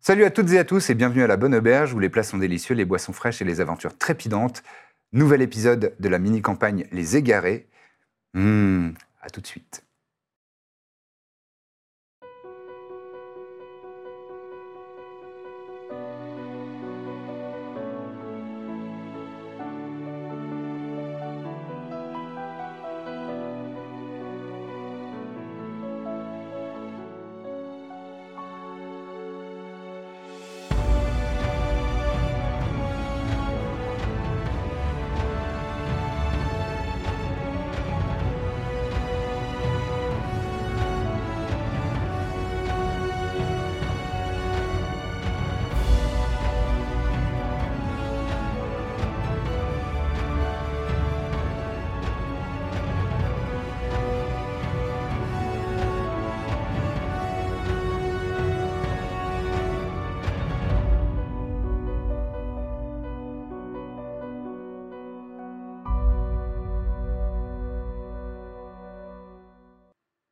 Salut à toutes et à tous et bienvenue à la Bonne Auberge où les plats sont délicieux, les boissons fraîches et les aventures trépidantes. Nouvel épisode de la mini-campagne Les Égarés. Hum, à tout de suite.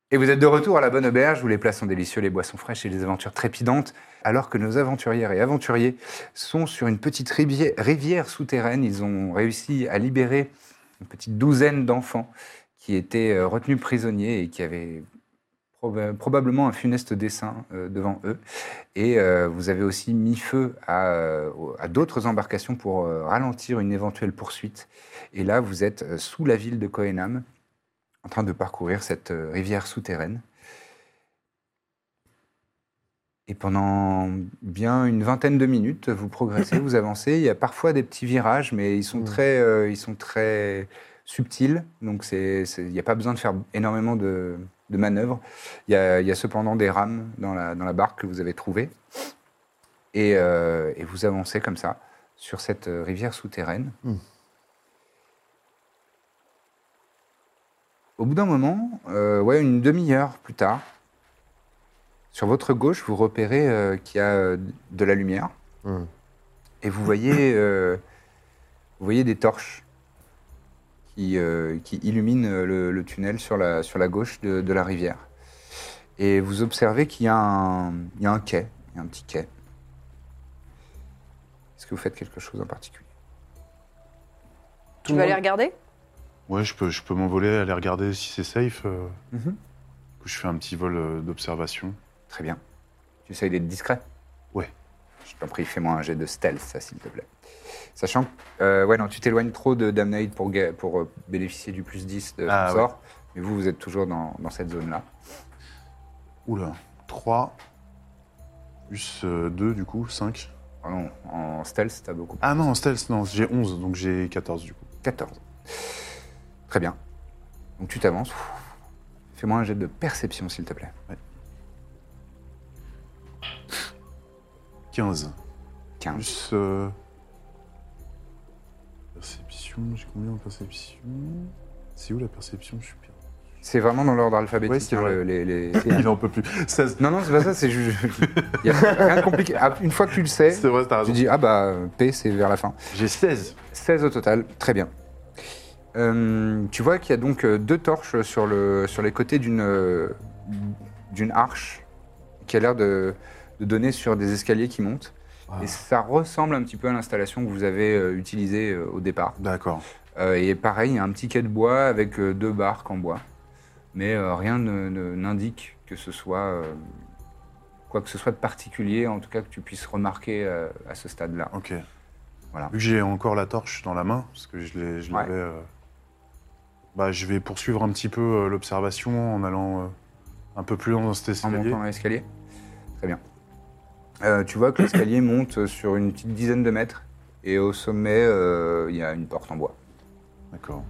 Et vous êtes de retour à la bonne auberge où les plats sont délicieux, les boissons fraîches et les aventures trépidantes. Alors que nos aventurières et aventuriers sont sur une petite rivière, rivière souterraine, ils ont réussi à libérer une petite douzaine d'enfants qui étaient euh, retenus prisonniers et qui avaient proba- probablement un funeste destin euh, devant eux. Et euh, vous avez aussi mis feu à, euh, au- à d'autres embarcations pour euh, ralentir une éventuelle poursuite. Et là, vous êtes euh, sous la ville de Coenham en train de parcourir cette euh, rivière souterraine. Et pendant bien une vingtaine de minutes, vous progressez, vous avancez. Il y a parfois des petits virages, mais ils sont très, euh, ils sont très subtils. Donc c'est- c'est- il n'y a pas besoin de faire énormément de, de manœuvres. Il y, a, il y a cependant des rames dans la, dans la barque que vous avez trouvée. Et, euh, et vous avancez comme ça sur cette euh, rivière souterraine. Au bout d'un moment, euh, ouais, une demi-heure plus tard, sur votre gauche, vous repérez euh, qu'il y a euh, de la lumière. Et vous voyez, euh, vous voyez des torches qui, euh, qui illuminent euh, le, le tunnel sur la, sur la gauche de, de la rivière. Et vous observez qu'il y, a un- il y a un quai, il y a un petit quai. Est-ce que vous faites quelque chose en particulier Tu vas aller regarder Ouais, je peux, je peux m'envoler, aller regarder si c'est safe. euh. Mhm. Du coup, Je fais un petit vol euh, d'observation. Très bien. Tu essayes d'être discret Ouais. Je t'en prie, fais-moi un jet de stealth, ça, s'il te plaît. Sachant que. euh, ouais, non, tu t'éloignes trop de Damnate pour, ga- pour euh, bénéficier du plus 10 de Ah, ton ouais. sort. Mais vous, vous êtes toujours dans, dans cette zone-là. Oula, 3 plus 2 du coup, 5. Oh non, en stealth, t'as beaucoup. Ah non, en stealth, non, j'ai 11, donc j'ai 14 du coup. 14. Très bien. Donc tu t'avances. Fais-moi un jet de perception, s'il te plaît. 15. 15. Plus... euh, Perception, j'ai combien en perception C'est où la perception Je suis perdu. C'est vraiment dans l'ordre alphabétique. Ouais, c'est hein, vrai. le- les- les- J'en peux plus. 16. non, non, c'est pas ça, c'est juste. Il y a rien de compliqué. Ah, Une fois que tu le sais, C'est vrai, t'as tu raison. dis Ah bah, P, c'est vers la fin. J'ai 16. 16 au total, très bien. Euh, tu vois qu'il y a donc euh, deux torches sur, le, sur les côtés d'une euh, d'une arche qui a l'air de, de donner sur des escaliers qui montent. Ah. Et ça ressemble un petit peu à l'installation que vous avez euh, utilisée euh, au départ. D'accord. Euh, et pareil, il y a un petit quai de bois avec euh, deux barques en bois. Mais euh, rien ne- ne- n'indique que ce soit euh, quoi que ce soit de particulier, en tout cas que tu puisses remarquer euh, à ce stade-là. Ok. Voilà. Vu que j'ai encore la torche dans la main, parce que je l'ai- je Ouais. l'avais. euh, bah, je vais poursuivre un petit peu euh, l'observation en allant euh, un peu plus loin dans cet En escalier. montant dans l'escalier Très bien. Euh, tu vois que l'escalier monte sur une petite dizaine de mètres et au sommet, euh, il y a une porte en bois. D'accord.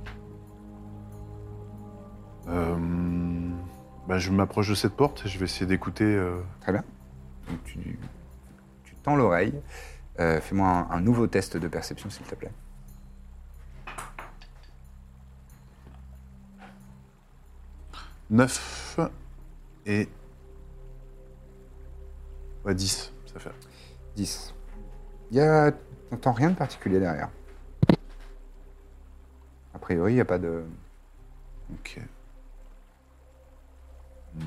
Euh, Bah, je m'approche de cette porte et je vais essayer d'écouter. euh, Donc, tu, tu tends l'oreille. Euh, Fais-moi un, un nouveau test de perception, s'il te plaît. Neuf et. Ouais, 10, ça fait. 10. Il y a... T'entends rien de particulier derrière. A priori, il n'y a pas de... Ok. Hmm.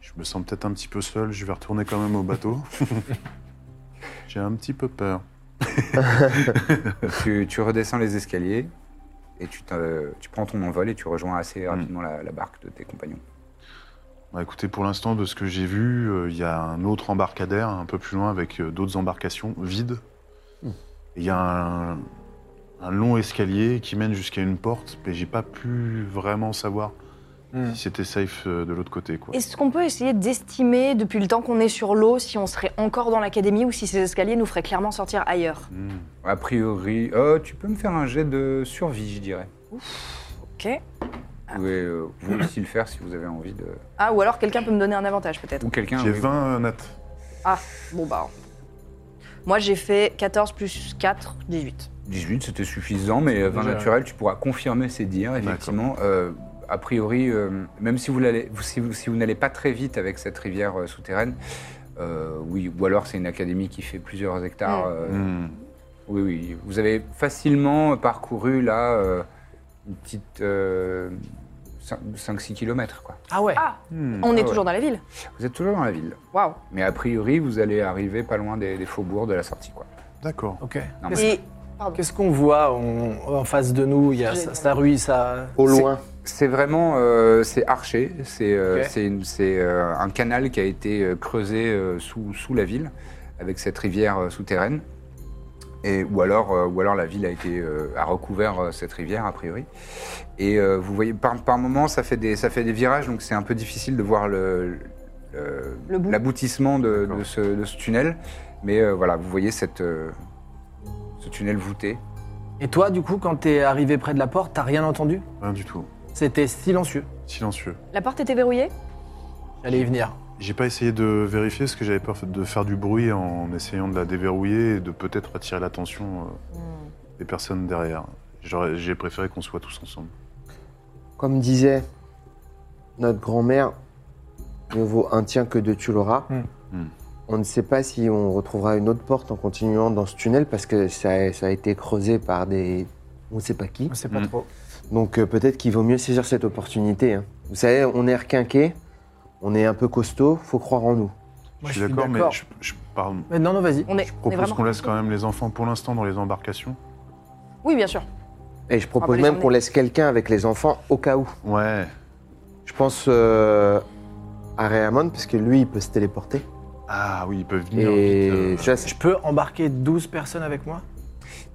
Je me sens peut-être un petit peu seul, je vais retourner quand même au bateau. J'ai un petit peu peur. tu, tu redescends les escaliers et tu, te- tu prends ton envol et tu rejoins assez rapidement la, la barque de tes compagnons. Bah, écoutez, pour l'instant, de ce que j'ai vu, euh, il y a un autre embarcadère un peu plus loin avec euh, d'autres embarcations vides. Et Il y a un, un long escalier qui mène jusqu'à une porte, mais j'ai pas pu vraiment savoir si c'était safe euh, de l'autre côté. Quoi. Est-ce qu'on peut essayer d'estimer, depuis le temps qu'on est sur l'eau, si on serait encore dans l'académie ou si ces escaliers nous feraient clairement sortir ailleurs Hmm. A priori, euh, tu peux me faire un jet de survie, je dirais. Ok. Vous pouvez euh, vous aussi le faire si vous avez envie de... Ah, ou alors quelqu'un peut me donner un avantage peut-être. Ou quelqu'un... J'ai oui. 20 euh, nat. Ah, bon bah. Moi j'ai fait 14 plus 4, 18. 18, c'était suffisant, mais 20 Déjà, naturel, tu pourras confirmer ces dires, effectivement. Euh, a priori, euh, même si vous, l'allez- vous- si vous, si vous n'allez pas très vite avec cette rivière euh, souterraine, euh, oui, ou alors c'est une académie qui fait plusieurs hectares. euh, Hmm. Oui, oui, vous avez facilement parcouru là euh, une petite euh, 5-6 kilomètres, quoi. Ah ouais. Ah, Hmm. on est Ah ouais. toujours dans la ville Vous êtes toujours dans la ville, Waouh. mais a priori, vous allez arriver pas loin des, des faubourgs de la sortie, quoi. D'accord. Ok. Non, Qu'est-ce- Et. Pardon. Qu'est-ce qu'on voit on- en face de nous Il y a Je l'ai sa, sa rue, ça. Au loin. C'est vraiment, euh, c'est arché, c'est euh, Ok. c'est une- c'est, euh, un canal qui a été euh, creusé euh, sous, sous la ville, avec cette rivière euh, souterraine. Et, ou, alors, euh, ou alors la ville a, été, euh, a recouvert euh, cette rivière, a priori. Et euh, vous voyez, par, par moments, ça fait, des, ça fait des virages, donc c'est un peu difficile de voir le- le- Le bout. l'aboutissement de, D'accord. de ce, de ce tunnel. Mais euh, voilà, vous voyez cette, euh, ce tunnel voûté. Et toi, du coup, quand t'es arrivé près de la porte, t'as rien entendu Rien du tout. C'était silencieux. Silencieux. La porte était verrouillée J'allais y venir. J'ai pas essayé de vérifier parce que j'avais peur de faire du bruit en essayant de la déverrouiller et de peut-être attirer l'attention euh, des personnes derrière. J'aurais- J'ai préféré qu'on soit tous ensemble. Comme disait notre grand-mère, mieux vaut un tien que deux tu l'auras. Hmm. Hmm. On ne sait pas si on retrouvera une autre porte en continuant dans ce tunnel parce que ça a, ça a été creusé par des... On ne sait pas qui. On sait pas Mm. trop. Donc euh, peut-être qu'il vaut mieux saisir cette opportunité. hein. Vous savez, on est requinqué, on est un peu costaud, faut croire en nous. Moi, je suis d'accord, mais je, je- pardon. Mais non, non, vas-y. On est, Je on est propose vraiment. qu'on laisse quand même les enfants pour l'instant dans les embarcations. Oui, bien sûr. Et Ah je bah, propose les même emmener. qu'on laisse quelqu'un avec les enfants au cas où. Ouais. Je pense euh, à Raymond parce que lui, il peut se téléporter. Ah oui, ils peuvent venir. vite, Et euh. tu vois, c'est- Je peux embarquer 12 personnes avec moi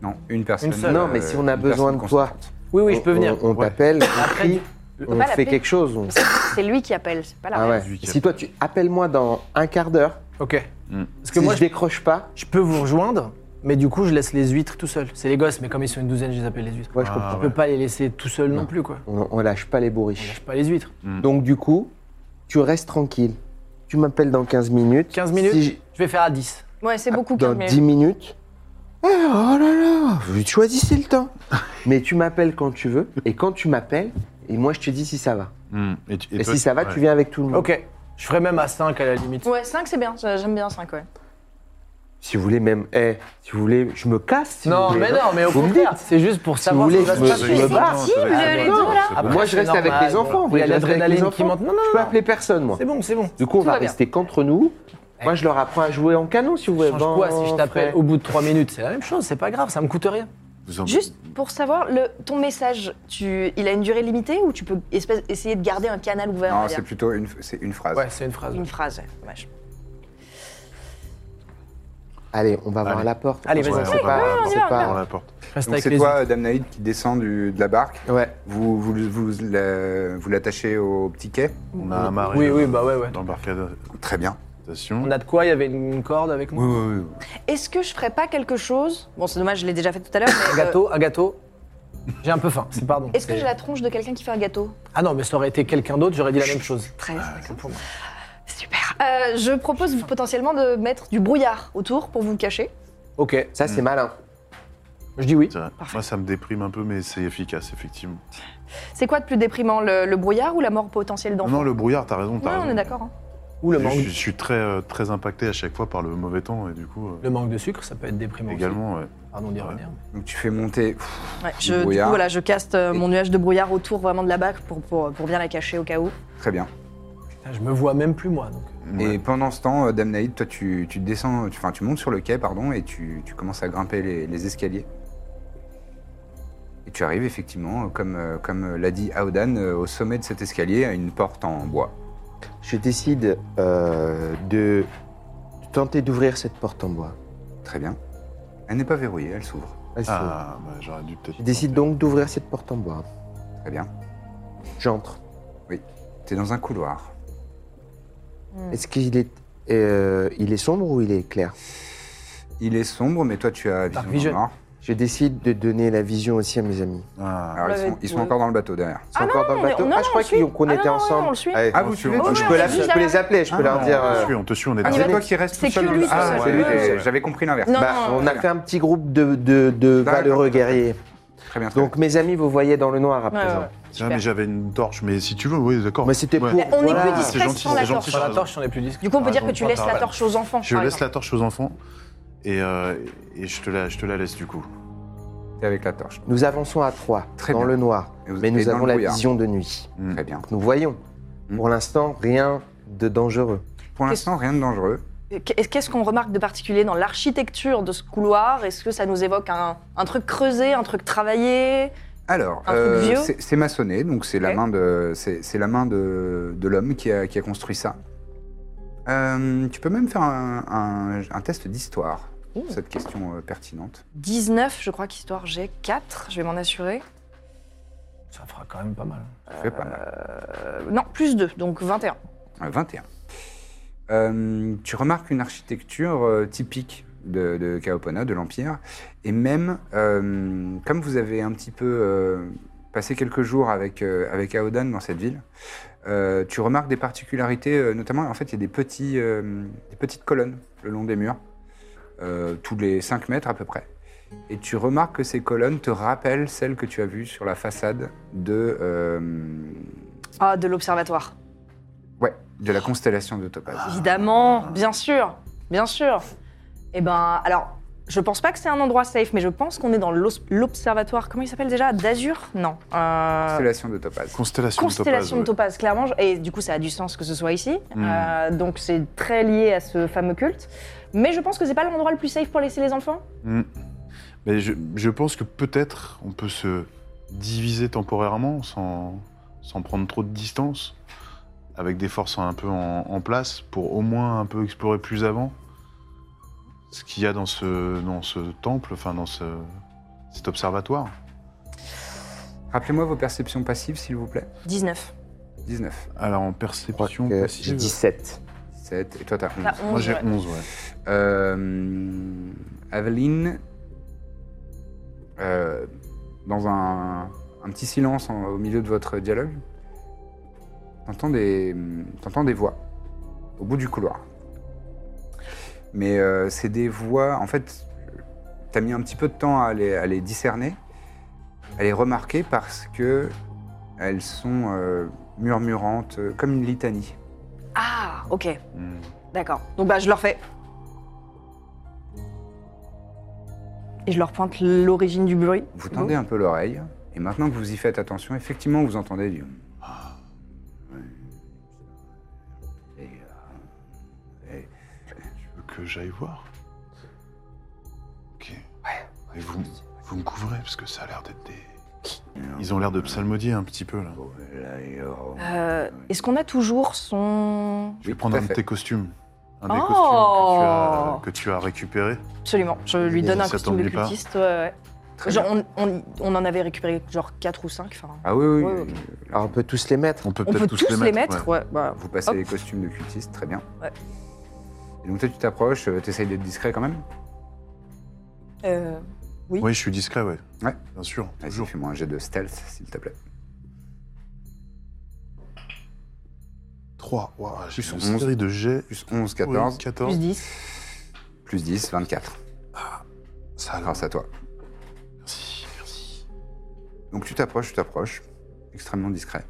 Non, une personne. seule. Non, mais si on a euh, une besoin personne de toi. concentrante. Oui, Oh, oui, je peux on- venir. On, on Ouais. t'appelle, on Après, crie, on pas fait l'appeler. quelque chose. on- C'est- C'est lui qui appelle, c'est pas la Ah ouais. Lui qui Si toi, tu appelles-moi dans un quart d'heure, Ok. Mm. Parce que si moi, je je, décroche pas, je peux vous rejoindre, mais du coup, je laisse les huîtres tout seuls. C'est les gosses, mais comme ils sont une douzaine, je les appelle les huîtres. ouais, je Ah, comprends. Je ouais. peux pas les laisser tout seuls non, plus, quoi. On, on lâche pas les Je bourriches. lâche pas les huîtres. Mm. Donc du coup, tu restes tranquille. Tu m'appelles dans 15 minutes. 15 minutes Si j- Je vais faire à 10. Ouais, c'est beaucoup Ah, dans 10 minutes. Eh, oh là là, vous choisissez le temps. Mais tu m'appelles quand tu veux, et quand tu m'appelles, et moi je te dis si ça va. Hmm. Et, tu- et Et, toi, si ça va, ouais. tu viens avec tout Hmm. le monde. Ok. Je ferai même à 5 à la limite. Ouais, 5 c'est bien, j'aime bien 5, ouais. Si vous voulez même, eh, si vous voulez, je me casse. si vous Non, voulez. mais non, mais au Vous me contraire, c'est juste pour savoir voulez, ce qui va je se me- passer. je me barre. Non, ça va être- les Ah, deux, non, là. c'est pas- Après, Moi, je bah, c'est reste avec normal, les enfants. bon. Vous Il y a voulez rester avec l'adrénaline les qui enfants monte. Non, non, Je peux appeler personne, moi. C'est bon, c'est bon. Du coup, on Tout va va bien. rester qu'entre nous. Moi, je leur apprends à jouer en canon, si vous voulez. Change quoi si je t'appelle frère. au bout de 3 minutes C'est la même chose, c'est pas grave, ça me coûte rien. Vous en- Juste pour savoir, le, ton message, tu, il a une durée limitée ou tu peux espèce- essayer de garder un canal ouvert on Non, va c'est dire plutôt une, c'est une phrase. Ouais, c'est une phrase. Une phrase, ouais, dommage. Allez, on va voir Allez. la porte. Allez, C'est vas-y. Ouais, pas- ouais, on y c'est va, on y Dans pas- la porte. Reste Donc avec c'est les toi, Dame Naïd, qui descend du- de la barque. Ouais. Vous, vous, vous la- vous l'attachez au petit quai. On a un mari Oui, oui, bah ouais, ouais. euh, dans l'embarcation. Très bien. On a de quoi Il y avait une corde avec nous oui, oui. Est-ce que je ferais pas quelque chose Bon, c'est dommage, je l'ai déjà fait tout à l'heure, mais. euh, Un gâteau, un gâteau. J'ai un peu faim, c'est pardon. Est-ce que j'ai la tronche de quelqu'un qui fait un gâteau Ah non, mais ça aurait été quelqu'un d'autre, j'aurais dit la même chose. 13, d'accord. pour moi. Super. Euh, je propose potentiellement de mettre du brouillard autour pour vous cacher. Ok, Ça, c'est malin. je dis oui. C'est vrai. Moi, ça me déprime un peu, mais c'est efficace, effectivement. C'est quoi de plus déprimant, le, le brouillard ou la mort potentielle Non, d'enfant non, le brouillard, t'as raison, t'as Ouais, on raison. est d'accord. hein. Ou le Je, manque, suis- je suis très, euh, très impacté à chaque fois par le mauvais temps, et du coup, euh, le manque de sucre, ça peut être déprimant. aussi. également, ouais. Pardon d'y revenir. Donc tu fais monter. pff, Ouais, Du je, du coup, brouillard. voilà, je caste euh, mon nuage de brouillard autour vraiment de la bague pour, pour, pour bien la cacher au cas où. très bien. Putain, je me vois même plus moi. Donc. Ouais. Et pendant ce temps, euh, Dame Naïd, toi, tu, tu descends, tu, enfin, tu montes sur le quai, pardon, et tu, tu commences à grimper les, les escaliers. Et tu arrives effectivement, euh, comme, euh, comme l'a dit Aodan, euh, au sommet de cet escalier, à une porte en bois. Je décide euh, de tenter d'ouvrir cette porte en bois. Très bien. Elle n'est pas verrouillée, elle s'ouvre. Vas-y. Ah, bah, j'aurais dû peut-être. Je décide donc d'ouvrir cette porte en bois. Très bien. J'entre. T'es dans un couloir. Est-ce qu'il est, euh, il est sombre ou il est clair Il est sombre, mais toi, tu as Dark vision vision. dans le noir. Je décide de donner la vision aussi à mes amis. Ah, Alors, ils Ouais, sont, ils sont ouais. encore dans le bateau derrière. Ils sont Ah encore non, dans le mais- bateau. non, ah, non, je on crois le suit. qu'ils- qu'on Ah était non, non, ensemble. on le suit. Allez. Ah, vous suivez Oh, je, ouais, peux la- on suit, je peux les là. appeler, je peux Ah, leur dire. on euh, te suit, on te suit, on est Ah, dans c'est Venez. toi qui restes C'est tout seul que dans lui le- tout Ah, seul. c'est lui, Ouais, t'es- ouais. J'avais compris l'inverse. Non, bah, non, on a non. fait un petit groupe de, de- de D'accord. valeureux guerriers. Très bien. très Donc mes amis, vous voyez dans le noir à Ouais, ouais, présent. ouais. Ah, Super. Ah, mais j'avais une torche, mais si tu veux, oui, d'accord. Mais c'était Ouais. pour. Mais on est voilà. plus C'est discret gentil, sans la c'est gentil. torche. Sur la torche, on est plus discret. Du coup, on peut Ah, dire j'en que tu parle laisses pas, la ouais. torche aux enfants. Je par laisse exemple. la torche aux enfants et, euh, et je, te la, je te la laisse du coup. bien. T'es avec la torche. Nous avançons à trois, Très dans bien. le noir. Et vous- mais et nous dans avons le la brouillard. vision de nuit. Très bien. Nous voyons. Mm. Pour l'instant, rien de dangereux. Pour l'instant, rien de dangereux. Qu'est- Qu'est-ce qu'on remarque de particulier dans l'architecture de ce couloir Est-ce que ça nous évoque un, un truc creusé, un truc travaillé Alors, Un truc euh, vieux c'est- c'est maçonné, donc c'est la Ok. main de c'est c'est la main de, de l'homme qui a, qui a construit ça. Euh, tu peux même faire un, un- un test d'histoire, pour cette question euh, pertinente. 19, je crois qu'histoire j'ai 4, je vais m'en assurer. Ça fera quand même pas mal. Ça fait pas mal. Euh, non, plus 2, donc 21. Euh, 21. Euh, tu remarques une architecture euh, typique de, de Kaopona, de l'Empire, et même, euh, comme vous avez un petit peu euh, passé quelques jours avec, euh, avec Aodan dans cette ville, euh, tu remarques des particularités, euh, notamment, en fait, il y a des, petits, euh, des petites colonnes le long des murs, euh, tous les 5 mètres à peu près. Et tu remarques que ces colonnes te rappellent celles que tu as vues sur la façade de, euh, Ah, de l'observatoire. ouais, de la constellation de Topaz. Ah. Évidemment, bien sûr, bien sûr. Eh ben, alors, je pense pas que c'est un endroit safe, mais je pense qu'on est dans l'os- l'observatoire, comment il s'appelle déjà D'Azur Non. euh, Constellation de Topaz. Constellation, Constellation de de Topaz. Topaz, clairement. Et du coup, ça a du sens que ce soit ici. Mm. Euh, donc, c'est très lié à ce fameux culte. Mais je pense que c'est pas l'endroit le plus safe pour laisser les enfants. ouais. Mm. Mais je, je pense que peut-être on peut se diviser temporairement sans, sans prendre trop de distance, avec des forces un peu en, en place pour au moins un peu explorer plus avant ce qu'il y a dans ce, dans ce temple, enfin dans ce, cet observatoire. Rappelez-moi vos perceptions passives, s'il vous plaît. 19. 19, Alors en Je crois perception que J'ai passive, 17. 7, et toi t'as 11. T'as 11. moi j'ai ouais. 11, ouais. Euh, Aveline, euh, dans un, un petit silence en- au milieu de votre dialogue, t'entends des, t'entends des voix au bout du couloir. Mais euh, c'est des voix, en fait, t'as mis un petit peu de temps à les, à les discerner, à les remarquer parce que elles sont euh, murmurantes, euh, comme une litanie. Ah, ok, Mm. d'accord. Donc, bah, je leur fais. Et je leur pointe l'origine du bruit. Vous tendez un peu l'oreille, et maintenant que vous y faites attention, effectivement, vous entendez du... Ah. Tu veux que j'aille voir Ok. Et vous, vous me couvrez parce que ça a l'air d'être des. Ils ont l'air de psalmodier un petit peu là. Euh, Est-ce qu'on a toujours son. Je vais Oui, prendre tout un à de fait. Oh tes costumes. Un des Oh costumes que tu as, que tu as récupéré. Absolument, je lui donne un Ça costume de t'oublie pas. cultiste. ouais, ouais. Très Genre, bien. on, on- on en avait récupéré genre 4 ou 5. Enfin, Ah oui, oui. Ouais, oui. Alors on peut tous les mettre. On peut on peut peut-être tous, les mettre. ouais. ouais. bah, Vous passez Hop. les costumes de cultiste, très bien. Ouais. Et donc toi, tu t'approches, euh, t'essayes d'être discret quand même. euh, Oui. Oui, je suis discret, ouais. Ouais. Bien sûr, Vas-y, toujours. fais-moi un jet de stealth, s'il te plaît. 3. Waouh, j'ai Plus une 11. série de jets. Plus 11, Ouais, 14, 14. Plus 10. plus 10, 24. Ah, Ça alors. Grâce à toi. Merci, merci. Donc tu t'approches, tu t'approches. Extrêmement discret.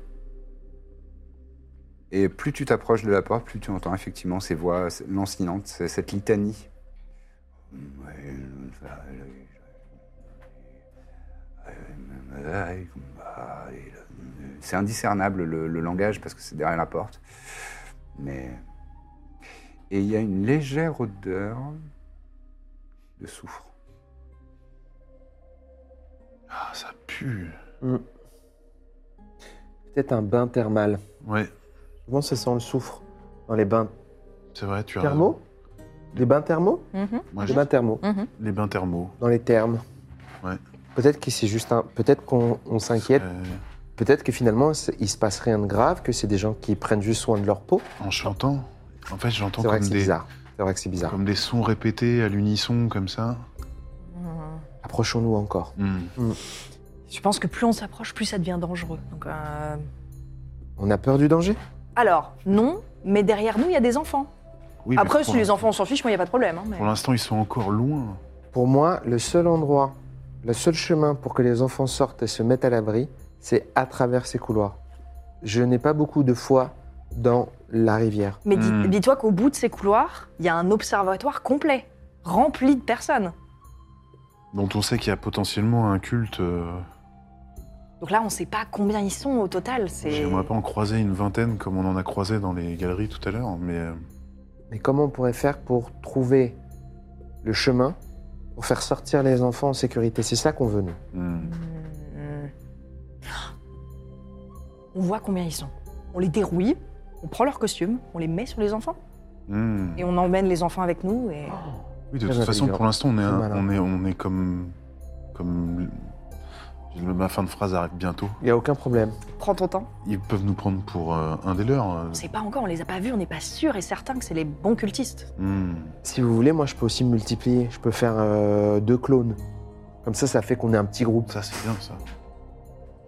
Et plus tu t'approches de la porte, plus tu entends effectivement ces voix lancinantes, ces- cette litanie. C'est indiscernable le, le langage parce que c'est derrière la porte. Mais. Et il y a une légère odeur de soufre. Ah, ça pue. Peut-être un bain thermal. Ouais, Souvent, ça sent le soufre dans les bains c'est vrai, tu as. thermaux. Des bains thermaux Mhm. Moi, Des je- bains thermaux. Les bains thermaux. Dans les thermes. Ouais. Peut-être que c'est juste un. Peut-être qu'on on s'inquiète. Euh, Peut-être que finalement, c'est- il se passe rien de grave, que c'est des gens qui prennent juste soin de leur peau. en chantant. En fait, j'entends C'est vrai comme que c'est des, bizarre. C'est vrai que c'est bizarre. comme des sons répétés à l'unisson, comme ça. Approchons-nous encore. Hmm. Je pense que plus on s'approche, plus ça devient dangereux. Donc, euh, On a peur du danger Alors, non, mais derrière nous, il y a des enfants. Oui, mais Après, pour si les l'in- enfants on s'en fiche, moi, il n'y a pas de problème. hein, mais- Pour l'instant, ils sont encore loin. Pour moi, le seul endroit, le seul chemin pour que les enfants sortent et se mettent à l'abri, c'est à travers ces couloirs. Je n'ai pas beaucoup de foi dans la rivière. Mais dis- Hmm. dis-toi qu'au bout de ces couloirs, il y a un observatoire complet, rempli de personnes. Dont on sait qu'il y a potentiellement un culte. euh, Donc là, on ne sait pas combien ils sont au total. C'est J'aimerais pas en croiser une vingtaine comme on en a croisé dans les galeries tout à l'heure, mais euh, Mais comment on pourrait faire pour trouver le chemin pour faire sortir les enfants en sécurité C'est ça qu'on veut, nous. hmm, Hmm. On voit combien ils sont. On les dérouille, on prend leurs costumes, on les met sur les enfants hmm. et on emmène les enfants avec nous. Et... Oui, de Très toute façon, intelligent. pour l'instant, on est, Très un- malin. on est, on est comme, comme. j'ai le- Ma fin de phrase arrive bientôt. Il n'y a aucun problème. Prends ton temps. Ils peuvent nous prendre pour euh, un des leurs. euh, On sait pas encore, on les a pas vus, on n'est pas sûr et certain que c'est les bons cultistes. hmm. Si vous voulez, moi, je peux aussi me multiplier. Je peux faire euh, deux clones. Comme ça, ça fait qu'on est un petit groupe. Ça, c'est bien, ça.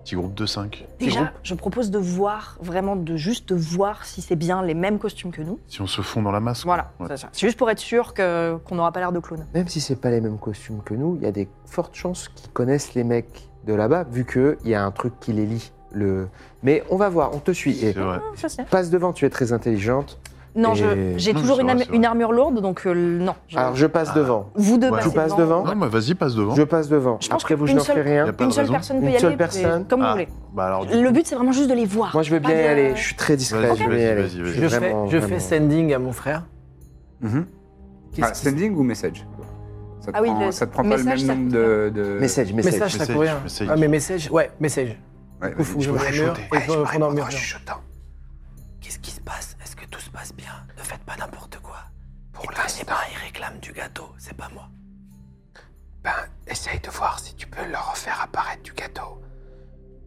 Petit groupe de 5. Déjà, je propose de voir, vraiment de juste voir si c'est bien les mêmes costumes que nous. Si on se fond dans la masse. quoi. Voilà, Ouais. c'est ça. C'est juste pour être sûr que- qu'on n'aura pas l'air de clones. Même si c'est pas les mêmes costumes que nous, il y a des fortes chances qu'ils connaissent les mecs de là-bas, vu qu'il y a un truc qui les lie. Le... Mais on va voir, on te suit. Et C'est vrai. Ah, je sais. passe devant, tu es très intelligente. Non, je- Et- j'ai Non, toujours c'est une, vrai, am- c'est vrai. une armure lourde, donc euh, non. je- Alors je passe Ah. devant. Vous deux Ouais. passez Tu passes devant Non, mais vas-y, passe devant. Ah. Je passe devant. Je pense Après, que vous, je une n'en fais seule- Y a rien. pas Une de seule raison. personne peut Une y aller. seule mais personne. Comme Ah, vous voulez. Bah alors, du Le coup, but, c'est vraiment juste de les voir. Moi, je veux bien Ah, Pas y de- aller. Je suis très discret. Vas-y, Je veux y vas-y, aller. vas-y, vas-y. Je, fais, Vraiment, je vraiment. fais sending à mon frère. Mhm. Qu'est-ce Ah, qui- sending ou message ça te, Ah oui, prend, le ça te prend pas le même message, ça- nombre de, de- Message, message. Message, ça Message, courait. hein. message. Ah, mais message, ouais, message. Eh Ouais, ben, Il faut que vas-y. je me chuchoter. mur et je me prenne en mur. Qu'est-ce qui se passe Est-ce que tout se passe bien Ne faites pas n'importe quoi. Pour l'instant, pas, ils réclament du gâteau, c'est pas moi. Ben, essaye de voir si tu peux leur faire apparaître du gâteau.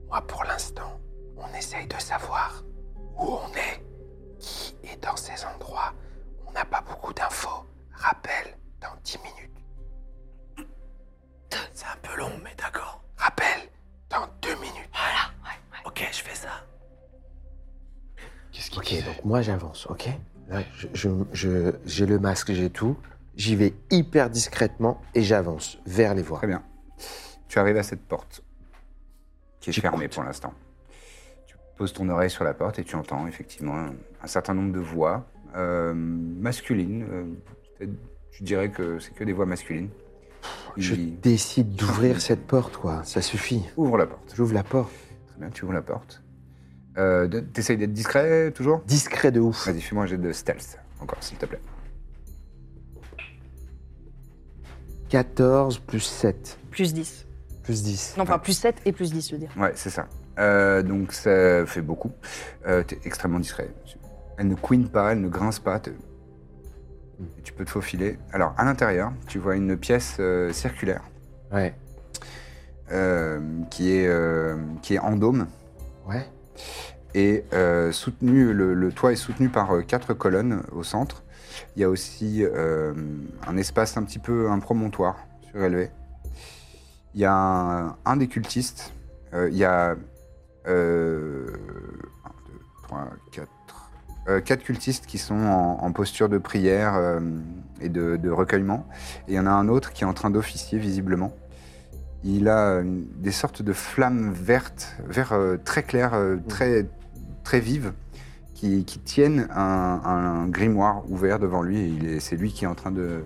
Moi, pour l'instant, on essaye de savoir où on est, qui est dans ces endroits. On n'a pas beaucoup d'infos. Rappel dans 10 minutes. C'est un peu long, mais d'accord. Rappel dans 2 minutes. Voilà, Ok, je fais ça. qu'est-ce qu'il Ok, disait donc moi j'avance, ok Là, je- je- je- j'ai le masque, j'ai tout. J'y vais hyper discrètement et j'avance vers les voies. Très bien. Tu arrives à cette porte qui est fermée pour l'instant. Tu poses ton oreille sur la porte et tu entends effectivement un, un certain nombre de voix euh, masculines. euh, peut-être, tu dirais que c'est que des voix masculines. Je Ils décide d'ouvrir cette porte, quoi. Ça suffit. ouvrent la porte. J'ouvre la porte. Très bien, tu ouvres la porte. Euh, de- T'essayes d'être discret toujours Discret de ouf. Vas-y, fais-moi un jet de stealth, encore s'il te plaît. 14 plus 7 Plus 10. plus 10. Non, enfin, plus 7 et plus 10, je veux dire. Ouais, c'est ça. Euh, donc ça fait beaucoup. Euh, T'es extrêmement discret. Elle ne couine pas, elle ne grince pas. t'es- Et tu peux te faufiler. Alors, à l'intérieur, tu vois une pièce euh, circulaire Ouais. euh, qui, est, euh, qui est en dôme Ouais. et euh, soutenu, le, le toit est soutenu par euh, quatre colonnes au centre. Il y a aussi euh, un espace un petit peu, un promontoire surélevé. il y a un, un des cultistes, euh, il y a euh, 1, 2, 3, 4, euh, quatre cultistes qui sont en, en posture de prière euh, et de, de recueillement, et il y en a un autre qui est en train d'officier visiblement. Il a euh, des sortes de flammes vertes, vert euh, très claires, euh, très, très vives, qui, qui tiennent un, un grimoire ouvert devant lui. Et il est- c'est lui qui est en train de.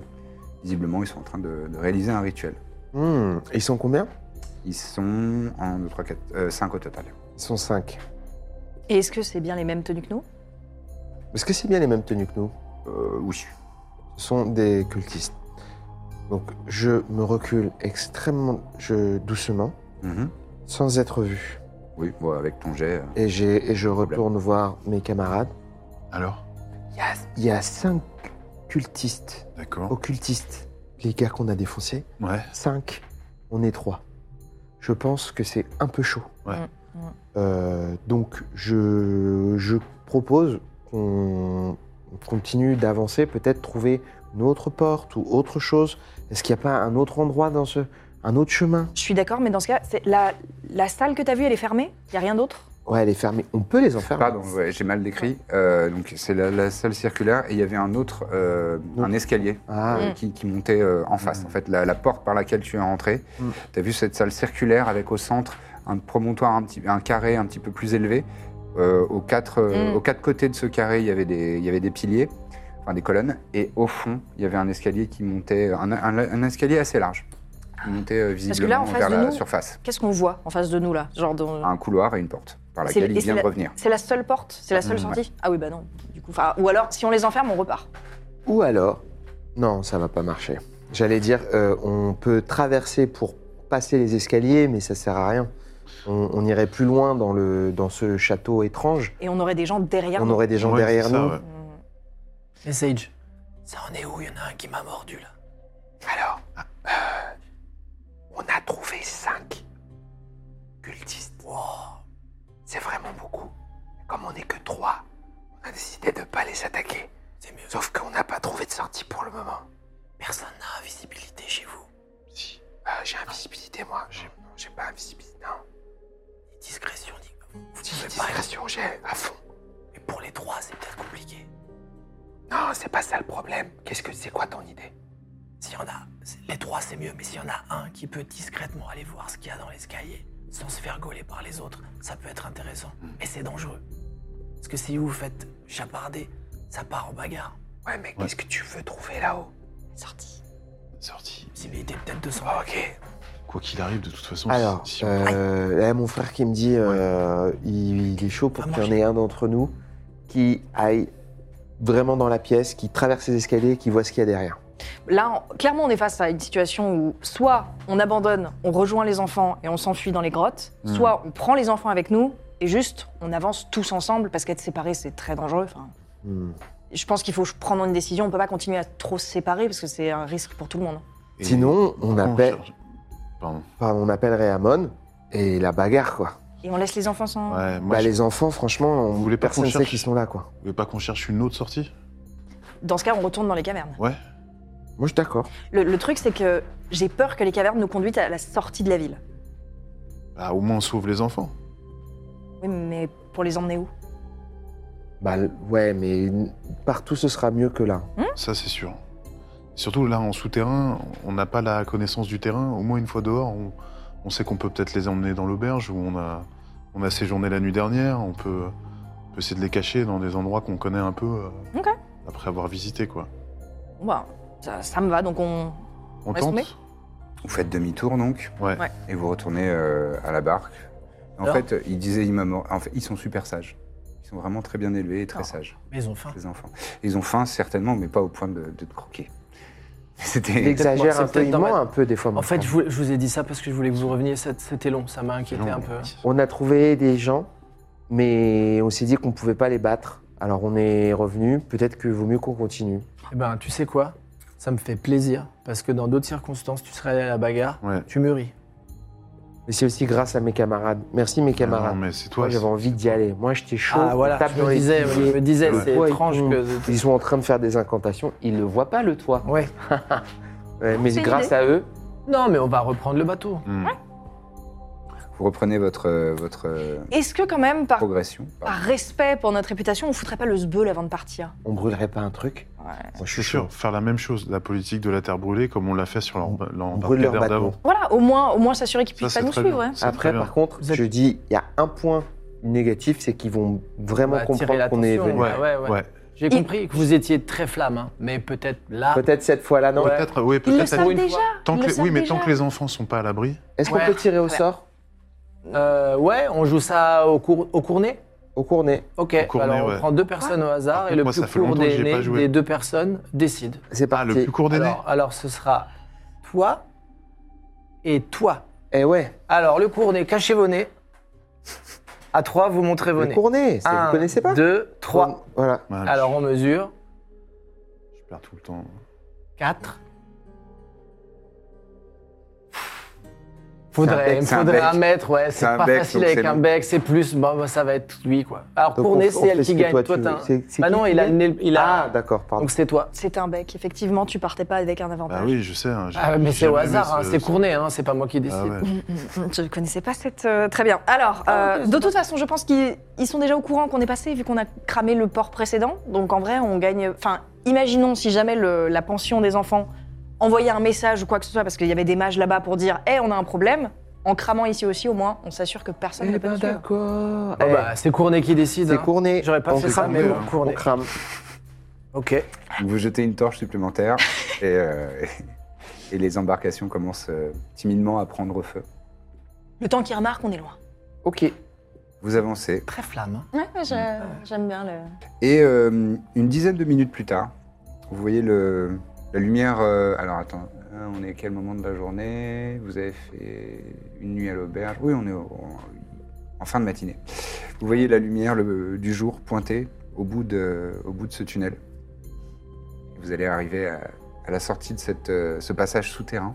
Visiblement, ils sont en train de, de réaliser un rituel. Hmm, Ils sont combien Ils sont en 2, 3, 4, 5 euh, au total. Ils sont 5. Et est-ce que c'est bien les mêmes tenues que nous Est-ce que c'est bien les mêmes tenues que nous Euh, oui. Ce sont des cultistes. Donc je me recule extrêmement je, doucement, Mhm. sans être vu. Oui, bon, avec ton jet. euh, Et, j'ai- et je retourne voir mes camarades. Alors Il y a cinq cultistes, D'accord. occultistes, les gars qu'on a défoncés. Ouais. 5, on est 3. Je pense que c'est un peu chaud. Ouais. Mm, mm. Euh, donc, je, je propose qu'on continue d'avancer, peut-être trouver une autre porte ou autre chose. Est-ce qu'il n'y a pas un autre endroit dans ce. un autre chemin Je suis d'accord, mais dans ce cas, c'est la, la salle que t'as vue, elle est fermée Il y a rien d'autre Ouais, elle est fermée. On peut les enfermer. Pardon, ouais, j'ai mal décrit. Euh, donc c'est la, la salle circulaire et il y avait un autre, euh, un escalier Ah, Mm. euh, qui, qui montait euh, en face. En fait, la, la porte par laquelle tu es rentré, Mm. tu as vu cette salle circulaire avec au centre un promontoire, un, petit, un carré un petit peu plus élevé. Euh, aux, quatre, euh, Mm. aux quatre côtés de ce carré, il y avait des, il y avait des piliers, enfin des colonnes, et au fond, il y avait un escalier qui montait, un, un- un escalier assez large, qui montait euh, Parce que là, visiblement en face vers de la nous- surface. Qu'est-ce qu'on voit en face de nous, là Genre dans- Un couloir et une porte par C'est- laquelle et il c'est vient de la- revenir. C'est la seule porte C'est la seule Mm, ouais. sortie Ah oui, bah non. Du coup, enfin, ou alors, si on les enferme, on repart. Ou alors, non, ça va pas marcher. J'allais dire, euh, on peut traverser pour passer les escaliers, mais ça sert à rien. On, on irait plus loin dans, le, dans ce château étrange. Et on aurait des gens derrière On nous. aurait des gens Ouais, derrière c'est ça, nous. ouais. Et Sage Ça en est où Il y en a un qui m'a mordu là. Alors, euh, on a trouvé 5 cultistes. C'est vraiment beaucoup. Comme on n'est que 3, on a décidé de ne pas les attaquer. C'est mieux. Sauf qu'on n'a pas trouvé de sortie pour le moment. Personne n'a invisibilité chez vous. Si. Euh, j'ai invisibilité, moi. J'ai, non, j'ai pas invisibilité. Non. Discrétion, dit. Vous pouvez pas être. Discrétion, j'ai à fond. Mais pour les trois, c'est peut-être compliqué. Non, c'est pas ça le problème. Qu'est-ce que c'est quoi ton idée S'il y en a, c'est- les trois c'est mieux, mais s'il y en a un qui peut discrètement aller voir ce qu'il y a dans l'escalier, sans se faire gauler par les autres, ça peut être intéressant. Mais c'est dangereux. Parce que si vous vous faites chaparder, ça part en bagarre. Ouais, mais qu'est-ce que tu veux trouver là-haut Sortie. Sorti. Possibilité peut-être de s'en Ah, Ok. Quoi qu'il arrive, de toute façon. Alors, si- si on- euh, là, mon frère qui me dit, euh, il, il est chaud pour Ah, qu'il y en moi, ait un d'entre nous qui aille vraiment dans la pièce, qui traverse les escaliers, qui voit ce qu'il y a derrière. Là, on- clairement, on est face à une situation où soit on abandonne, on rejoint les enfants et on s'enfuit dans les grottes, soit on prend les enfants avec nous et juste on avance tous ensemble parce qu'être séparés, c'est très dangereux. Enfin, Hmm. je pense qu'il faut prendre une décision. On peut pas continuer à trop se séparer parce que c'est un risque pour tout le monde. et- Sinon, on Pourquoi appelle- cherche- Pardon. Enfin, on appellerait Amon et la bagarre, quoi. Et on laisse les enfants sans. Ouais, moi, bah, je- les enfants, franchement, on Vous voulez pas personne qu'on ne sait cherche qu'ils sont là, quoi. Vous voulez pas qu'on cherche une autre sortie Dans ce cas, on retourne dans les cavernes. Ouais. Moi, je suis d'accord. Le, le truc, c'est que j'ai peur que les cavernes nous conduisent à la sortie de la ville. Bah, au moins on sauve les enfants. Oui, mais pour les emmener où Bah, l- ouais, mais n- partout, ce sera mieux que là. Ça, c'est sûr. Surtout là, en souterrain, on n'a pas la connaissance du terrain. Au moins une fois dehors, on, on sait qu'on peut peut-être les emmener dans l'auberge où on a, on a séjourné la nuit dernière. On peut, on peut essayer de les cacher dans des endroits qu'on connaît un peu euh, Ok. après avoir visité, quoi. Bah, ça, ça me va, donc on. On Laisse tomber. tente Vous faites demi-tour donc Ouais. Ouais. Et vous retournez euh, à la barque. En Alors fait, ils disaient, ils m'ont- en fait, ils sont super sages. Ils sont vraiment très bien élevés et très Ah. sages, Mais ils ont faim. les enfants. Ils ont faim certainement, mais pas au point de, de te croquer. Il C'était. exagère c'est un peu, peut-être il normal. ment un peu des fois. mon En fait, frère. je vous, je vous ai dit ça parce que je voulais que vous reveniez. cet- C'était long, ça m'a inquiété long, un mais- peu. On a trouvé des gens, mais on s'est dit qu'on pouvait pas les battre. Alors on est revenu. Peut-être que vaut mieux qu'on continue. Eh ben, tu sais quoi Ça me fait plaisir parce que dans d'autres circonstances, tu serais allé à la bagarre, Ouais. tu mûris. Mais c'est aussi grâce à mes camarades. Merci mes Ah camarades. Non, mais c'est toi. Moi j'avais envie d'y aller. Moi j'étais chaud. Ah on voilà, tape je dans me les disais, je piliers. me disais, Le c'est toit, ils étrange tombent. que. Ils sont en train de faire des incantations. Ils le voient pas le toit. Ouais. Ouais, mais C'est une grâce idée. à eux, Non, mais on va reprendre le bateau. Hmm. Vous reprenez votre, euh, votre euh, Est-ce que quand même, par, progression. Pardon. par respect pour notre réputation, on foutrait pas le sbeul avant de partir On brûlerait pas un truc Moi, je Je suis sûr, faire la même chose, la politique de la terre brûlée, comme on l'a fait sur l'em- On brûle leur l'embarcadère bateau. d'avant. Voilà, au moins, au moins s'assurer qu'ils Ça, puissent c'est pas nous très suivre. bien. ouais. C'est très Après, bien. par contre, Vous êtes- je dis, il y a un point négatif, c'est qu'ils vont vraiment va attirer comprendre qu'on est l'attention, venu. Ouais, ouais, ouais. Ouais. J'ai compris que vous étiez très flamme, hein, mais peut-être là. Peut-être cette fois-là, non Ouais. Peut-être, oui, Ils le peut-être. savent une déjà. Tant ils que le les- oui, savent mais déjà. tant que les enfants sont pas à l'abri. Est-ce Ouais. qu'on peut tirer au Ouais. sort Euh, ouais, on joue ça au, cour- au cournet au cournet Ok, Au cournet, alors on ouais. prend deux personnes au Par hasard contre, et le moi, plus ça fait court longtemps que des, j'ai pas nez joué. des deux personnes décide. C'est Ah, parti. le plus court des nez Alors, alors ce sera toi et toi. Eh ouais, Alors le cournet, cachez vos nez. À trois, vous montrez vos le nez. cournet, c'est- Un, vous connaissez pas Deux, trois. Voilà. Ouais, Alors on mesure. je, je perds tout le temps. 4. C'est un Faudrait, bec, il c'est un faudrait bec. un mètre, ouais, C'est c'est un pas bec, facile donc avec c'est un bon. bec, c'est plus, bah, bah, ça va être lui, quoi. Alors Donc, pour on- nez, on c'est fait elle ce qui que gagne, toi, toi tu t'as veux. un- C'est- c'est Bah qui non, qui il a le gagne nez, il a... Ah, d'accord, pardon. Donc c'est toi. C'est un bec, effectivement, tu partais pas avec un avantage. Bah oui, je sais. hein, j'ai- Ah, mais j'ai c'est au jamais hasard, aimé hein, ce- c'est Cournet, hein, c'est pas moi qui décide. Ah ouais. Mm, Je ne connaissais pas cette. euh, Très bien. Alors, euh, de toute façon, je pense qu'ils ils sont déjà au courant qu'on est passé, vu qu'on a cramé le port précédent. Donc, en vrai, on gagne. Enfin, imaginons si jamais le- la pension des enfants envoyait un message ou quoi que ce soit, parce qu'il y avait des mages là-bas pour dire Hé, on a un problème. En cramant ici aussi, au moins, on s'assure que personne ne Eh peut ben nous suivre. d'accord. Bon, Eh, bah, c'est Cournet qui décide. c'est hein. Cournet. J'aurais pas On fait ça, crame, mais Cournet, bon, hein. On Cournet. crame. Ok. Vous jetez une torche supplémentaire et, euh, et les embarcations commencent euh, timidement à prendre feu. Le temps qu'ils remarquent, on est loin. Ok. Vous avancez Très flamme. hein. Ouais, j'aime bien le. Et euh, une dizaine de minutes plus tard, vous voyez le, la lumière. euh, alors attends, hein, on est à quel moment de la journée Vous avez fait une nuit à l'auberge Oui, on est au- en, en fin de matinée. Vous voyez la lumière le- du jour pointer au bout de, au bout de ce tunnel. Vous allez arriver à, à la sortie de cette, euh, ce passage souterrain.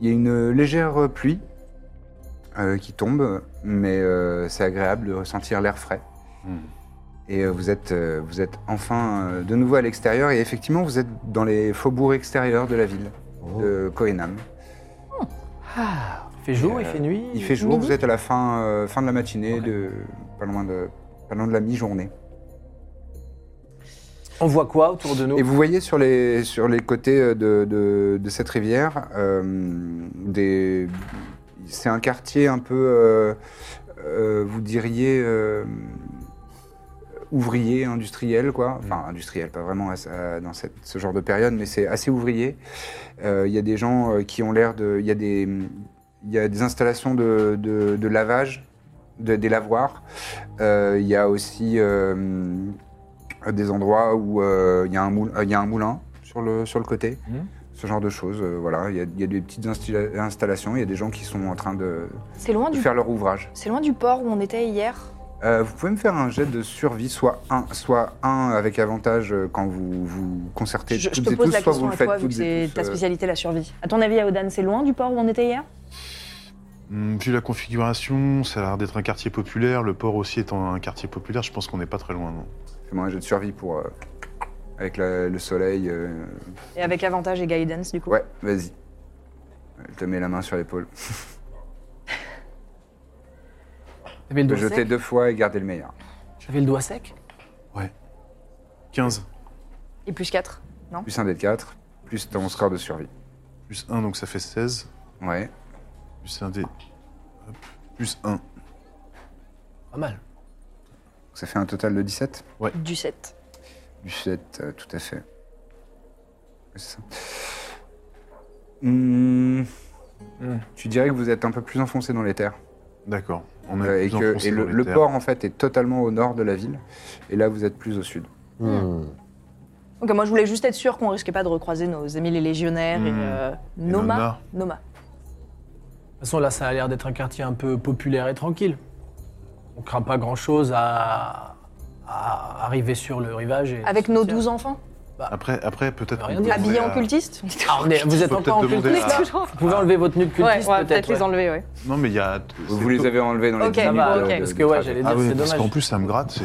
Il y a une légère pluie euh, qui tombe, mais euh, c'est agréable de ressentir l'air frais. Hmm. Et euh, vous êtes, euh, vous êtes enfin euh, de nouveau à l'extérieur, et effectivement, vous êtes dans les faubourgs extérieurs de la ville de Kohenam. Il fait jour, il fait nuit. Il fait jour, vous êtes à la fin, euh, fin de la matinée, de, pas, loin de, pas loin de la mi-journée. On voit quoi autour de nous Et vous voyez sur les, sur les côtés euh, de, de- de cette rivière, euh, des- c'est un quartier un peu, euh, euh, vous diriez, euh, ouvrier, industriel, quoi. Enfin, industriel, pas vraiment à ce- à- dans cette- ce genre de période, mais c'est assez ouvrier. Euh, Il y a des gens euh, qui ont l'air de... Il y, a des- il y a des installations de, de- de lavage, de- des lavoirs. Euh, Il y a aussi... euh, à des endroits où euh, il y, a un moulin- euh, il y a un moulin sur le, sur le côté, Mhm. ce genre de choses. euh, voilà, il y, a- il y a des petites insti- installations, il y a des gens qui sont en train de, C'est loin, de du... faire leur ouvrage. c'est loin du port où on était hier. Euh, vous pouvez me faire un jet de survie, soit un, soit un avec avantage euh, quand vous vous concertez Je, je toutes te et pose tous, la soit vous question le à faites toi, vu que toutes et c'est tous, ta euh, spécialité, la survie. À ton avis, Aodan, c'est loin du port où on était hier Hmm, Vu la configuration, ça a l'air d'être un quartier populaire. Le port aussi étant un quartier populaire, je pense qu'on n'est pas très loin. Non Fais-moi un jet de survie pour... euh, avec la- le soleil. euh, Et avec avantage et guidance, du coup. Ouais, vas-y. Je te mets la main sur l'épaule. T'avais le Bah, Je doigt jeter sec deux fois et garder le meilleur. T'avais le doigt sec 15 Et plus 4. Plus un des quatre, plus ton score de survie. plus 1, donc ça fait 16. Ouais. Plus 1 des. hop, Plus 1. Pas mal. Ça fait un total de 17 Du 7. Du 7, euh, tout à fait. C'est ça. Hmm. Tu dirais que vous êtes un peu plus enfoncé dans les terres. D'accord. On Euh, est et plus que, enfoncé et le, dans les le terres. port, en fait, est totalement au nord de la ville. Et là, vous êtes plus au sud. Donc moi, je voulais juste être sûr qu'on risquait pas de recroiser nos amis les légionnaires et Hmm. euh, Et Noma. Nona. Noma. De toute façon, là, ça a l'air d'être un quartier un peu populaire et tranquille. On craint pas grand-chose à... à arriver sur le rivage. Et Avec nos 12 enfants Après, après peut-être. rien qu'on dire. pourrait, Habillé en euh, cultiste Alors, on est- vous êtes Faut encore en peut-être demander cultiste à- là Vous pouvez enlever votre nue de Ouais, cultiste ouais peut-être les ouais. enlever, ouais. Non, mais il y a. Vous les avez enlevés dans les Ok, dix Ça minutes, va, ok. euh, bah, parce de que ouais, trajet. j'allais dire, Ah oui, c'est parce dommage. qu'en plus, ça me gratte, c'est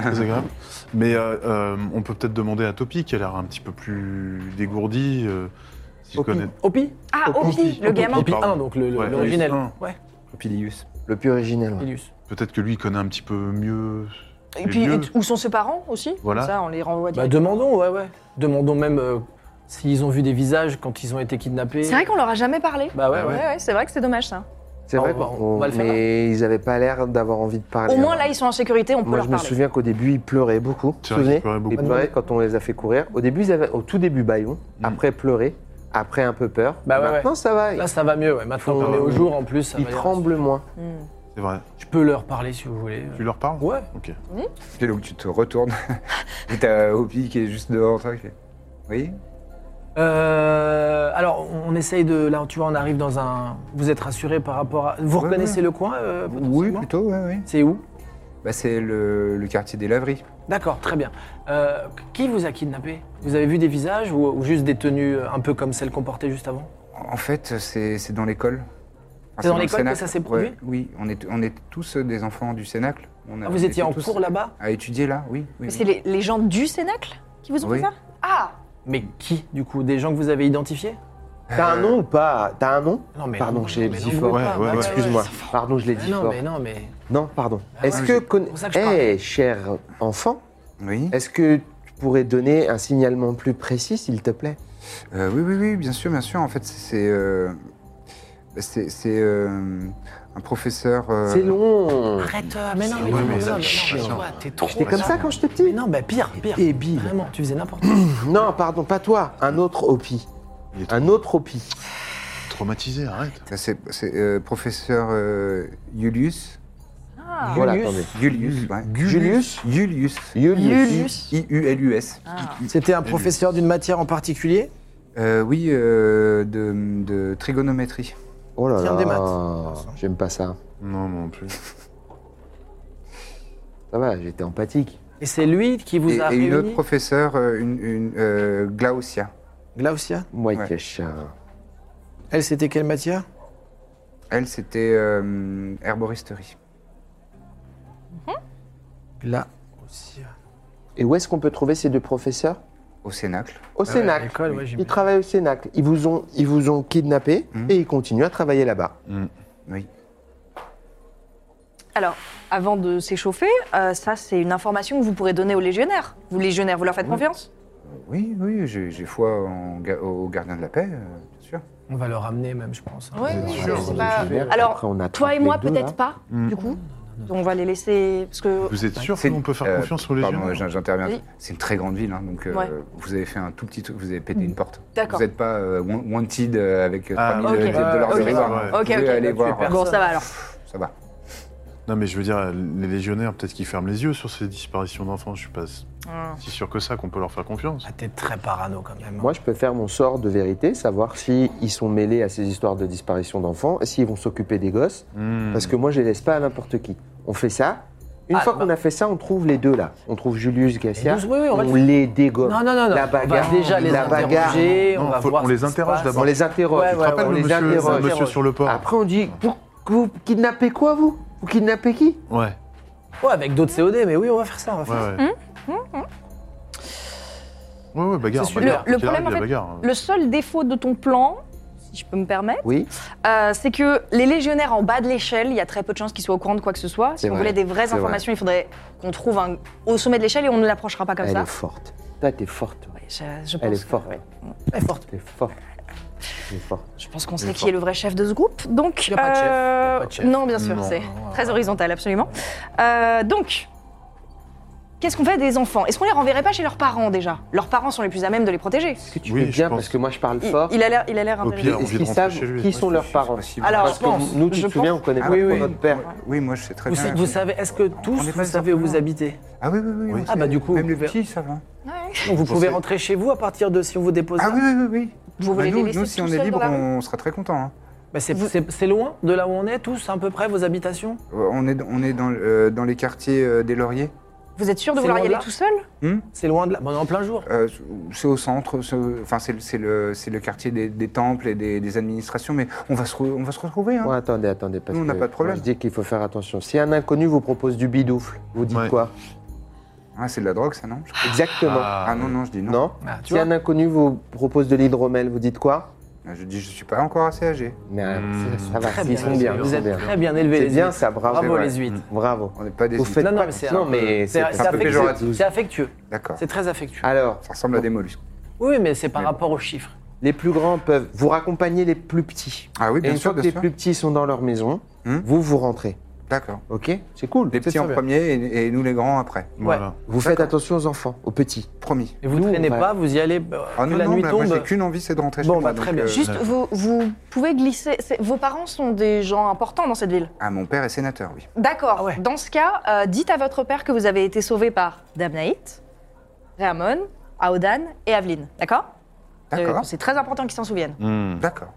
très agréable. Mais euh, euh, on peut peut-être demander à Topi, qui a l'air un petit peu plus dégourdi, euh, s'il Opi. connaît. Opi Ah, Opi, le gamin. Opi Pardon. 1, donc le- le- Ouais, l'original. un. Ouais, Pilius. Le plus original. ouais. Ilius. Peut-être que lui, il connaît un petit peu mieux. Et les puis, lieux. et- où sont ses parents aussi Voilà. Ça, on les renvoie Bah, direct. demandons, ouais, ouais. Demandons même euh, s'ils ont vu des visages quand ils ont été kidnappés. C'est vrai qu'on leur a jamais parlé. Bah ouais, Bah Ouais, ouais. ouais, c'est vrai que c'est dommage ça. C'est Ah, vrai, on va- qu'on- on va le faire, mais ils n'avaient pas l'air d'avoir envie de parler. Au moins hein. là, ils sont en sécurité, on peut Moi, leur je me parler. souviens qu'au début, ils pleuraient beaucoup. C'est Vous vrai qu'il vous souvenez pleurait Ils beaucoup. pleuraient quand on les a fait courir. Au début, ils avaient, au tout début, baillon. Mm. Après, pleurer. Après, un peu peur. Bah ouais, Maintenant, ça va. Là, ça va mieux, ouais. Maintenant qu'on est au jour en plus, ça ils va aller. tremblent moins. Hmm. C'est vrai. Je peux leur parler si vous voulez. Tu leur parles Ouais. Ok. Et donc tu te retournes et t'as Hopi qui est juste devant toi qui fait Oui Euh, alors, on essaye de. Là, tu vois, on arrive dans un. Vous êtes rassuré par rapport à. Vous Ouais, reconnaissez ouais. le coin euh, Oui, potentiellement plutôt, oui, oui. C'est où Bah, c'est le, le quartier des laveries. D'accord, très bien. Euh, qui vous a kidnappé Vous avez vu des visages ou, ou juste des tenues euh, un peu comme celles qu'on portait juste avant En fait, c'est c'est dans l'école. Enfin, C'est dans le l'école que Cénacle. ça s'est produit Ouais, Oui, on est, on est tous euh, des enfants du Cénacle. On a- Ah, Vous on étiez en tous cours là-bas À étudier là, oui. oui, Mais oui. c'est les, les gens du Cénacle qui vous ont Oui. fait ça Ah Mais qui, du coup Des gens que vous avez identifiés T'as un nom ou pas T'as un nom Non, mais. Pardon, non, j'ai mais dit non, fort. vous- Ouais, pas, ouais, bah, ouais. Excuse-moi. Pardon, je l'ai Mais dit Non, fort. mais non, mais. Non, pardon. Ah Est-ce ouais, que... c'est conna- pour ça que je parle. Eh, cher enfant, Oui. est-ce que tu pourrais donner un signalement plus précis, s'il te plaît Euh, oui, oui, oui, bien sûr, bien sûr. En fait, c'est- c'est euh, bah, c'est c'est, euh, un professeur. euh, C'est long. Arrête, euh, mais non, mais Ouais, comment mais ça, ça- mais non, mais toi, t'es trop. J'étais comme ça quand j'étais Mais petit non, bah pire, pire. Débile. Vraiment, tu faisais n'importe quoi. Non, pardon, pas toi. Un autre Hopi. Il est tra- Un autre Hopi. traumatisé, arrête. C'est c'est, euh, professeur euh, Julius. Ah. Voilà, Julius. attendez. Julius, ouais. Julius Julius. Julius. I-U-L-U-S. Ah. C'était un professeur d'une matière en particulier Euh, oui, euh, de, de trigonométrie. Oh là Tiens, des là. maths. J'aime pas ça. Non, non plus. Ça va, j'étais empathique. Et c'est lui qui vous Et, a et une autre réunis professeure, euh, une, une, euh, Glaucia. Glaucia Moi, Ouais. cachard. Elle, c'était quelle matière Elle, c'était euh, herboristerie. Glaucia. Et où est-ce qu'on peut trouver ces deux professeurs Au Cénacle. Au Cénacle. L'école, ouais, Ils j'imagine. Hum. travaillent au Cénacle. Ils vous ont, ils vous ont kidnappé Mhm. et ils continuent à travailler là-bas. Oui. Alors, avant de s'échauffer, euh, ça c'est une information que vous pourrez donner aux légionnaires. Vous légionnaires, vous leur faites Oui. confiance Oui, oui, j'ai j'ai foi en ga- au gardien de la paix, euh, bien sûr. On va le ramener, même, je pense. Oui, oui, sûr, c'est on pas... est sûr. Alors, Après, on attrape toi et les moi deux, là. peut-être pas, Mm. du coup. On va les laisser... Parce que... Vous êtes sûr C'est- qu'on peut faire euh, confiance aux Pardon, légendes j'in- j'interviens. Oui. C'est une très grande ville, hein, donc euh, Ouais. Mm. vous avez fait un tout petit truc, vous avez pété une porte. D'accord. Vous n'êtes pas euh, wa- wanted euh, avec euh, Ah, 3000 ok. dollars de reward. Ok. Ouais. Vous Ok, pouvez ok. aller Là, tu es voir. hein, perdu. Bon, ça va alors. Ça va. Non, mais je veux dire, les légionnaires, peut-être qu'ils ferment les yeux sur ces disparitions d'enfants. Je suis pas si Hmm. sûr que ça qu'on peut leur faire confiance. Ah, T'es très parano, quand même. hein. Moi, je peux faire mon sort de vérité, savoir si ils sont mêlés à ces histoires de disparition d'enfants et s'ils vont s'occuper des gosses. Hmm. Parce que moi, je les laisse pas à n'importe qui. On fait ça. Une Ah, fois bah. qu'on a fait ça, on trouve les deux là. On trouve Julius Garcia. Julius, oui, oui, on on va le les dégomme. Non, non, non, non. La bagarre. On va déjà les la bagarre. interroger, Non, on va faut- voir on ce les qui se interroge passe. d'abord. On les interroge. Ouais, Tu te ouais, rappelles on le les monsieur, le interroge. monsieur sur le port Après, on dit pour- vous kidnappez quoi vous Vous kidnappez qui Ouais, Ouais, avec d'autres COD, mais oui, on va faire ça. On va ouais, faire ça. ouais. Ouais, ouais, bagarre. C'est celui-là. bagarre. Le- le Qu'il arrive, problème, en il y a fait, bagarre. euh, Le seul défaut de ton plan, si je peux me permettre, Oui. euh, c'est que les légionnaires en bas de l'échelle, il y a très peu de chances qu'ils soient au courant de quoi que ce soit. Si C'est on vrai, voulait des vraies c'est vrai. informations, il faudrait qu'on trouve un... au sommet de l'échelle et on ne l'approchera pas comme Elle ça. est forte. Toi, t'es forte. toi. Ouais, je, je pense Elle est que- forte. ouais. Très forte. T'es forte. T'es forte. Je pense qu'on sait qui est le vrai chef de ce groupe. Donc, Y a pas de chef, y a euh, pas de chef. non, bien sûr, Non. c'est très horizontal, absolument. Euh, donc, qu'est-ce qu'on fait des enfants Est-ce qu'on les renverrait pas chez leurs parents déjà Leurs parents sont les plus à même de les protéger. Est-ce que tu Oui, fais je bien pense. parce que moi, je parle Il, fort. Mm. il a l'air, il a l'air Au pire, intéressé. on vient Est-ce de qu'ils rentrer savent chez lui. qui sont leurs parents Alors, Parce je que pense, nous, tu je te souviens, on connaît Ah, pas oui, oui. notre père. Oui, moi je sais très Vous, bien. sa- vous savez, est-ce que On est tous vous pas savez où vous certains. habitez Ah oui, oui, oui. Oui. on Ah, bah, sait. du coup, Même vous les pouvez- petits, hein. ça va. Donc vous pouvez pensez- rentrer chez vous à partir de si on vous dépose. Ah là. oui, oui, oui. oui. Vous voulez Bah, les nous, laisser nous, si tout on seuls est dans libre, la rue on sera très contents. hein. Bah, c'est c'est- c'est loin de là où on est tous à peu près vos habitations. Euh, On est, on est dans, euh, dans les quartiers euh, des Lauriers. Vous êtes sûr de C'est vouloir y loin de aller là tout seul C'est loin de là. Bon, on est en plein jour. Euh, c'est au centre, c'est- enfin c'est le- c'est le, c'est le quartier des, des temples et des, des administrations, mais on va se, re- on va se retrouver. Hein. Bon, attendez, attendez. Parce Nous, on n'a que pas de problème. Je dis qu'il faut faire attention. Si un inconnu vous propose du bidoufle, vous dites Ouais. quoi Ah, c'est de la drogue, ça, non Je- Exactement. Ah, Ah non, non, je dis non. Non Ah, tu Si vois. un inconnu vous propose de l'hydromel, vous dites quoi Ah, Je dis, je suis pas encore assez âgé. Mais euh, Hmm. ça, ça va, Très ils sont bien. ils Vous sont êtes bien. très bien élevé. C'est les bien huîtres. ça, bravo. Bravo ouais. les huîtres. Bravo. On n'est pas des Vous huîtres. faites Non, non, pas- mais c'est non, un- mais c'est- c'est c'est un peu affectueux. péjoratif. C'est affectueux. D'accord. C'est très affectueux. Alors, Ça ressemble à des mollusques. Oui, mais c'est par Mais- rapport aux chiffres. les plus grands peuvent vous raccompagner les plus petits. Ah oui, Et bien une sûr, fois que bien les sûr. plus petits sont dans leur maison, Hmm. vous, vous rentrez. D'accord. Ok C'est cool. Les c'est petits en très bien. premier et, et nous les grands après. Voilà. Vous faites attention aux enfants, aux petits. Promis. Et vous Nous, traînez on va- pas, vous y allez. euh, Ah que non, la non, nuit mais moi tombe. j'ai qu'une envie, c'est de rentrer Bon, chez moi. bah, donc, euh, très bien. Juste, vous, vous pouvez glisser. c'est- Vos parents sont des gens importants dans cette ville. Ah, mon père est sénateur, oui. D'accord. Ah ouais. Dans ce cas, euh, dites à votre père que vous avez été sauvé par Damnaït, Réamon, Aodan et Aveline. D'accord Euh, D'accord. C'est très important qu'ils s'en souviennent. Hmm. D'accord.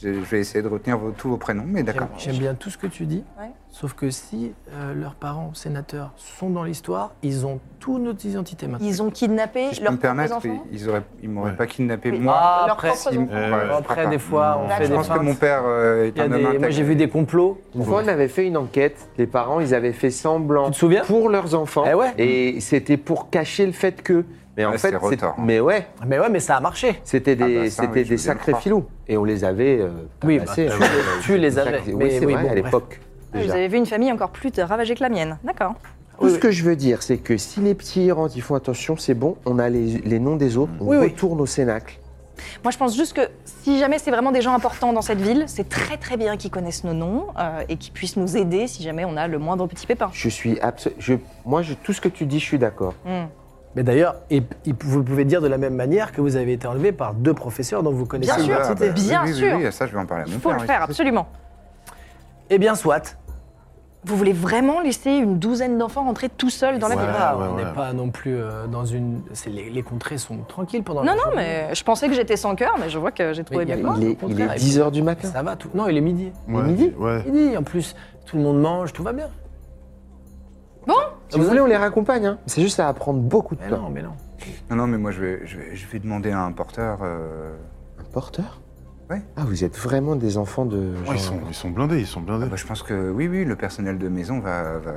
Je, je vais essayer de retenir vos- tous vos prénoms, mais d'accord. J'aime bien tout ce que tu dis, Ouais. sauf que si euh, leurs parents sénateurs sont dans l'histoire, ils ont toutes nos identités maintenant. Ils ont kidnappé Si je peux leurs me propres permettre, enfants. ils, auraient, ils m'auraient Ouais. pas kidnappé Oui. moi. Ah, leurs après, propres ils- enfants. Euh, Ouais, Après, frère. des fois, on D'accord. fait Je des pense que feintes. mon père euh, est Il y a un des- homme Moi, intègre. j'ai vu des complots. Une fois, on avait fait une enquête. Les parents, ils avaient fait semblant Tu te souviens pour leurs enfants. Eh ouais. Et c'était pour cacher le fait que. Mais en Ouais, fait, c'est c'est- retard, hein. mais ouais, Mais ouais, mais ça a marché. c'était Ah des, bah ça, c'était oui, je veux des bien le sacrés croire. Ah filous. Et on les avait. euh, Oui, tabassés, bah, euh, tu- euh, tu les sacrés- avais. Oui, Mais c'est oui, vrai, bon, bref. à Ah, l'époque. Vous déjà. avez vu une famille encore plus ravagée que la mienne. D'accord. Tout ce que je veux dire, c'est que si les petits rentrent, ils font attention, c'est bon, on a les, les noms des autres, on Oui, oui. retourne au Cénacle. Moi, je pense juste que si jamais c'est vraiment des gens importants dans cette ville, c'est très très bien qu'ils connaissent nos noms euh, et qu'ils puissent nous aider si jamais on a le moindre petit pépin. Je suis absolu- je, Moi, je, tout ce que tu dis, je suis d'accord. Mais d'ailleurs, et- et vous pouvez dire de la même manière que vous avez été enlevé par deux professeurs dont vous connaissez Bien sûr, Ah, bah, l'identité. oui, bien oui, sûr. Oui, oui, ça, je vais en parler à mon Il faut père. le oui. faire, absolument. Eh bien, soit. Vous voulez vraiment laisser une douzaine d'enfants rentrer tout seuls dans la Ouais. ville Ah, ouais, on n'est ouais. pas non plus euh, dans une. c'est- Les, les contrées sont tranquilles pendant. Non, la non, journée. mais je pensais que j'étais sans cœur, mais je vois que j'ai trouvé Mais mieux il que y a- moi. Il au est, il contraire, est 10 heures du euh, matin. Ça va tout. Non, il est midi. Ouais, midi ouais. Midi. En plus, tout le monde mange, tout va bien. Si vous voulez, on les raccompagne. hein. C'est juste, ça va prendre beaucoup de Mais temps. non, mais non. Non, non, mais moi, je vais, je vais, je vais demander à un porteur. euh, Un porteur Ouais. Ah, vous êtes vraiment des enfants de. Ouais, ils, sont, ils sont blindés, ils sont blindés. ah, bah, je pense que oui, oui, le personnel de maison va, va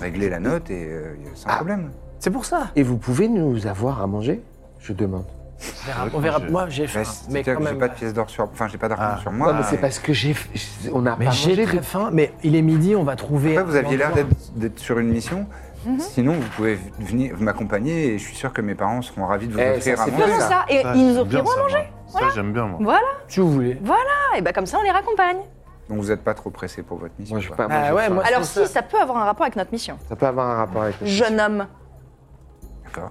régler la note et euh, sans Ah. problème. C'est pour ça. Et vous pouvez nous avoir à manger Je demande. On verra. vrai que on verra. moi, j'ai- Moi, j'ai faim. Bah, mais C'est-à-dire quand que j'ai même. pas de pièce d'or sur, enfin, j'ai pas d'argent Ah. sur Non, moi. mais c'est et- parce que j'ai. j'ai- On n'a pas Mais j'ai mangé. très faim. Mais il est midi, on va trouver. Après, vous un aviez l'air endroit. d'être- d'être sur une mission. Sinon, vous pouvez v- venir m'accompagner et je suis sûr que mes parents seront ravis de vous Eh, offrir ça, à c'est manger. bien, Faisons ça, et ils nous bien offriront à ça, manger. moi. Ça, j'aime bien, moi. Voilà, Si vous voulez. et ben comme ça on les raccompagne. Donc, vous n'êtes pas trop pressé pour votre mission. Moi, je quoi. pas Ah manger. ouais, faim. moi- Alors c'est ça. si, ça peut avoir un rapport avec notre mission. Ça peut avoir un rapport avec. le- Jeune homme. D'accord.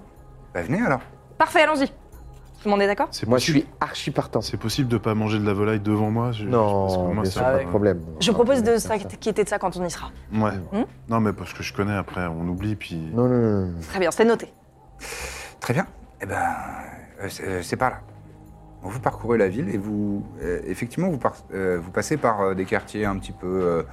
Bah, venez alors. Parfait, allons-y. Tout le monde est d'accord C'est Moi, je possible- suis archi partant. C'est possible de pas manger de la volaille devant moi je- parce que Non, moi, bien ça sûr, va- pas de problème. Je propose de Ah, ça. s'inquiéter de ça quand on y sera. Ouais. Hmm non, mais parce que je connais après, on oublie, puis. Non, non, non, non. Très bien, c'est noté. Très bien. Eh ben, euh, c'est euh, c'est par là. Bon, Vous parcourez la ville et vous, euh, effectivement, vous, par- euh, vous passez par euh, des quartiers un petit peu euh,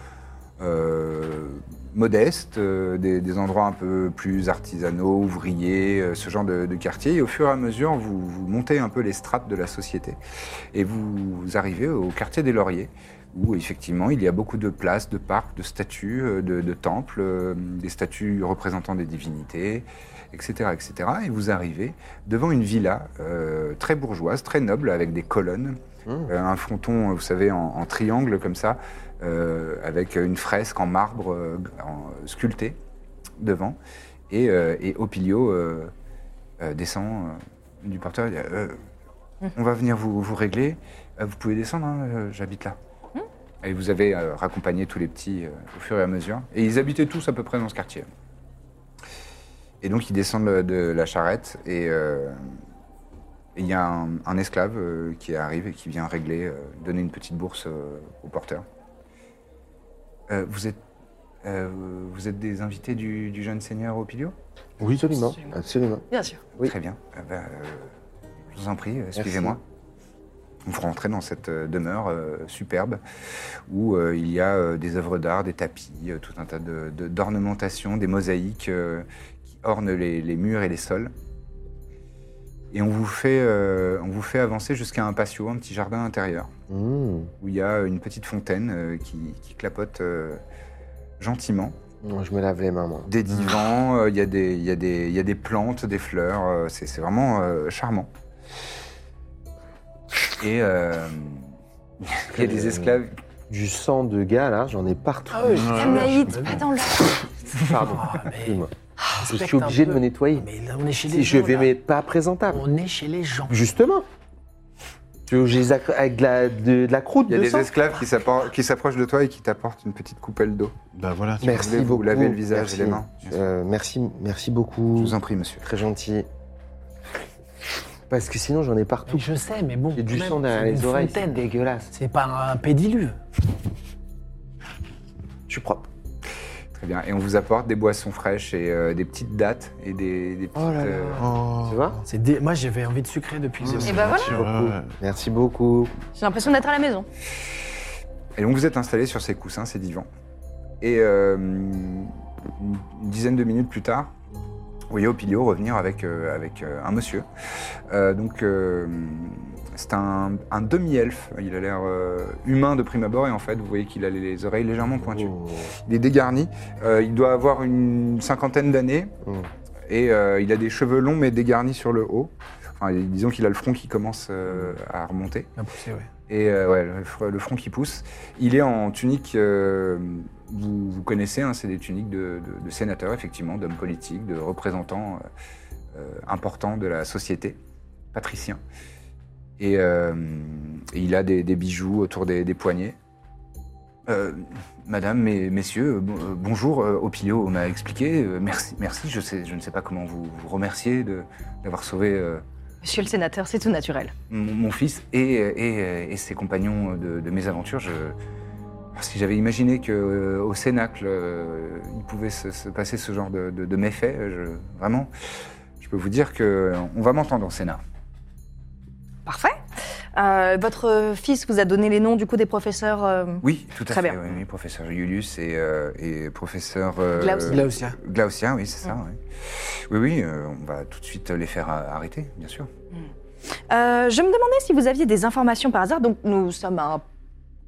euh, modestes, euh, des, des endroits un peu plus artisanaux, ouvriers, euh, ce genre de, de quartier. Et au fur et à mesure, vous, vous montez un peu les strates de la société et vous, vous arrivez au quartier des Lauriers, où effectivement, il y a beaucoup de places, de parcs, de statues, euh, de, de temples, euh, des statues représentant des divinités etc., etc. Et vous arrivez devant une villa euh, très bourgeoise, très noble, avec des colonnes, euh, un fronton, vous savez, en, en triangle comme ça, euh, avec une fresque en marbre euh, en- sculptée devant. Et, euh, et Opilio euh, euh, descend euh, du porteur. il dit, Euh, on va venir vous, vous régler. Euh, vous pouvez descendre, hein, euh, j'habite là. Et vous avez euh, raccompagné tous les petits euh, au fur et à mesure. Et ils habitaient tous à peu près dans ce quartier. Et donc ils descendent le- de la charrette et euh, et il y a un, un esclave euh, qui arrive et qui vient régler, euh, donner une petite bourse euh, au porteur. Euh, vous êtes euh, vous êtes des invités du, du jeune seigneur Opilio Oui, absolument. Absolument. Bien sûr. Oui. Ah Très bien. Eh ben, euh, je vous en prie, euh, suivez-moi. On vous rentrez dans cette euh, demeure euh, superbe où euh, il y a euh, des œuvres d'art, des tapis, euh, tout un tas de- de- d'ornementations, des mosaïques euh, qui ornent les, les murs et les sols. Et on vous fait, euh, on vous fait avancer jusqu'à un patio, un petit jardin intérieur Mmh. où il y a une petite fontaine euh, qui, qui clapote euh, gentiment. Non, Je me lave les mains, moi. Des divans, euh, il y, a des- il y a des- il y a des plantes, des fleurs, euh, c'est c'est vraiment euh, charmant. Et euh, il y a Euh, des esclaves. Du sang de gars, là, j'en ai partout. Ah oui, je- Ouais. Naïd, pas dans le. Pardon. Ah, mais, Excuse-moi. Je respecte suis obligé un de peu. me nettoyer. mais là, on est chez les Si je gens, vais là. m'être pas présentable. On est chez les gens. Justement. Tu veux que je les accro- avec de la, de, de la croûte Il y a de des sang esclaves qui s'appro- qui s'approchent de toi et qui t'apportent une petite coupelle d'eau. Bah voilà. tu- Merci Voulez-vous beaucoup. laver le visage et les mains merci. Euh, merci, merci beaucoup. Je vous en prie, monsieur. Très gentil. Parce que sinon, j'en ai partout. Mais je sais, mais bon. J'ai quand du même, sang derrière c'est les une oreilles. C'est fontaine. dégueulasse. C'est pas un pédiluve. Je suis propre. Très bien. Et on vous apporte des boissons fraîches et euh, des petites dates et des, des petites. Oh là là. euh, Oh. Tu vois C'est dé- Moi, j'avais envie de sucrer depuis le C'est Et début. bah voilà, gentil, ouais, ouais. Merci beaucoup. j'ai l'impression d'être à la maison. Et donc vous êtes installé sur ces coussins, ces divans. Et euh, une une dizaine de minutes plus tard, vous voyez Opilio revenir avec, euh, avec euh, un monsieur. Euh, donc euh, c'est un, un demi-elfe. Il a l'air euh, humain de prime abord et en fait vous voyez qu'il a les- les oreilles légèrement pointues. Oh. Il est dégarni. Euh, il doit avoir une cinquantaine d'années. Mm. Et euh, il a des cheveux longs mais dégarnis sur le haut. Enfin, disons qu'il a le front qui commence euh, à remonter. Ah, poussé, ouais. Et euh, ouais, le, fr- le front qui pousse. Il est en tunique, euh, vous, vous connaissez, hein, c'est des tuniques de, de- de sénateurs, effectivement, d'hommes politiques, de représentants euh, euh, importants de la société, patriciens. Et, euh, et il a des, des bijoux autour des, des poignets. Euh, Madame, mes- messieurs, bon- euh, bonjour. euh, Opilio m'a expliqué. euh, merci, merci. Je, sais, je ne sais pas comment vous, vous remercier de- d'avoir sauvé euh, Monsieur le sénateur, c'est tout naturel. mon, mon fils et, euh, et- et ses compagnons de, de mes aventures. Je... Si j'avais imaginé qu'au Cénacle, euh, il pouvait se, se passer ce genre de, de- de méfaits, je- vraiment, je peux vous dire qu'on va m'entendre au Sénat. Parfait. Euh, votre fils vous a donné les noms du coup des professeurs. euh, Oui, tout à Très fait. bien. Oui, oui, professeur Julius et, euh, et professeur euh, Glaucia. Mm. Là aussi. hein. Glaucia, oui, c'est ça. Oui, oui, oui, euh, on va tout de suite les faire euh, arrêter, bien sûr. Euh, je me demandais si vous aviez des informations par hasard. Donc, nous sommes un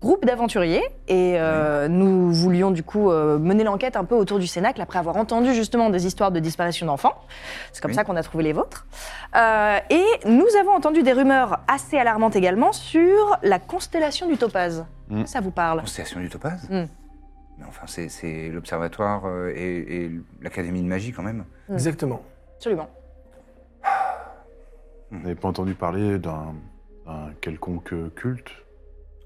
groupe d'aventuriers et euh, nous voulions du coup euh, mener l'enquête un peu autour du Cénacle après avoir entendu justement des histoires de disparition d'enfants. C'est comme Oui. ça qu'on a trouvé les vôtres. Euh, et nous avons entendu des rumeurs assez alarmantes également sur la constellation du Topaz. Mm. Ça vous parle Constellation du Topaz Mm. Mais enfin, c'est- c'est l'Observatoire euh, et, et l'Académie de magie quand même. Mmh. Exactement. Absolument. Vous n'avez pas entendu parler d'un d'un quelconque culte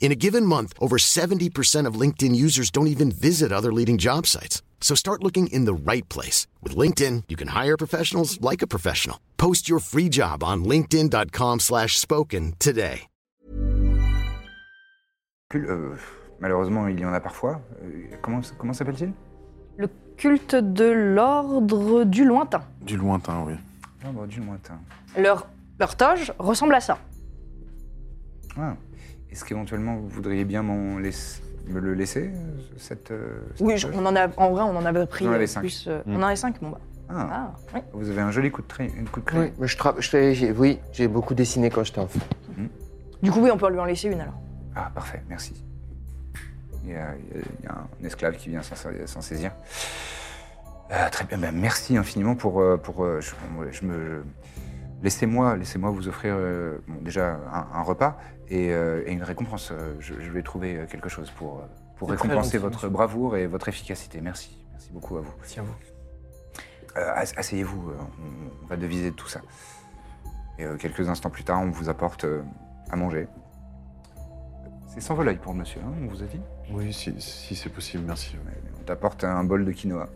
In a given month, over 70% of LinkedIn users don't even visit other leading job sites. So start looking in the right place. With LinkedIn, you can hire professionals like a professional. Post your free job on linkedin.com/spoken slash spoken today. Cul- euh, malheureusement, il y en a parfois. Euh, comment comment s'appelle-t-il Le culte de l'ordre du lointain. Du lointain, oui. Ah, bon, du lointain. Leur, leur toge ressemble à ça. Ah. Est-ce qu'éventuellement, vous voudriez bien m'en laiss- me le laisser, euh, cette... euh, Oui, cette- je- on en a, en vrai, on en avait pris On en avait euh, cinq. plus. euh, On Mm. en avait 5, bon bah. Ah, Ah, oui. vous avez un joli coup de, tri- coup de crayon. Oui, mais je tra- je fais- j'ai- oui, j'ai beaucoup dessiné quand j'étais enfant. Du coup, oui, on peut lui en laisser une alors. Ah, parfait, merci. Il y a, il y a- il y a un esclave qui vient s'en sa- s'en saisir. Euh, très bien, ben, merci infiniment pour... euh, pour euh, je, moi, je me... Laissez-moi laissez vous offrir euh, bon, déjà un, un repas et, euh, et une récompense. Euh, Je, je vais trouver euh, quelque chose pour, euh, pour C'est très récompenser gentil, votre monsieur. bravoure et votre efficacité. Merci. Merci beaucoup à vous. Merci à vous. Euh, as- Asseyez-vous, euh, on, on va deviser de tout ça. Et euh, quelques instants plus tard, on vous apporte euh, à manger. C'est sans volaille pour monsieur, hein, on vous a dit Oui, si, si c'est possible, merci. Oh, On t'apporte un bol de quinoa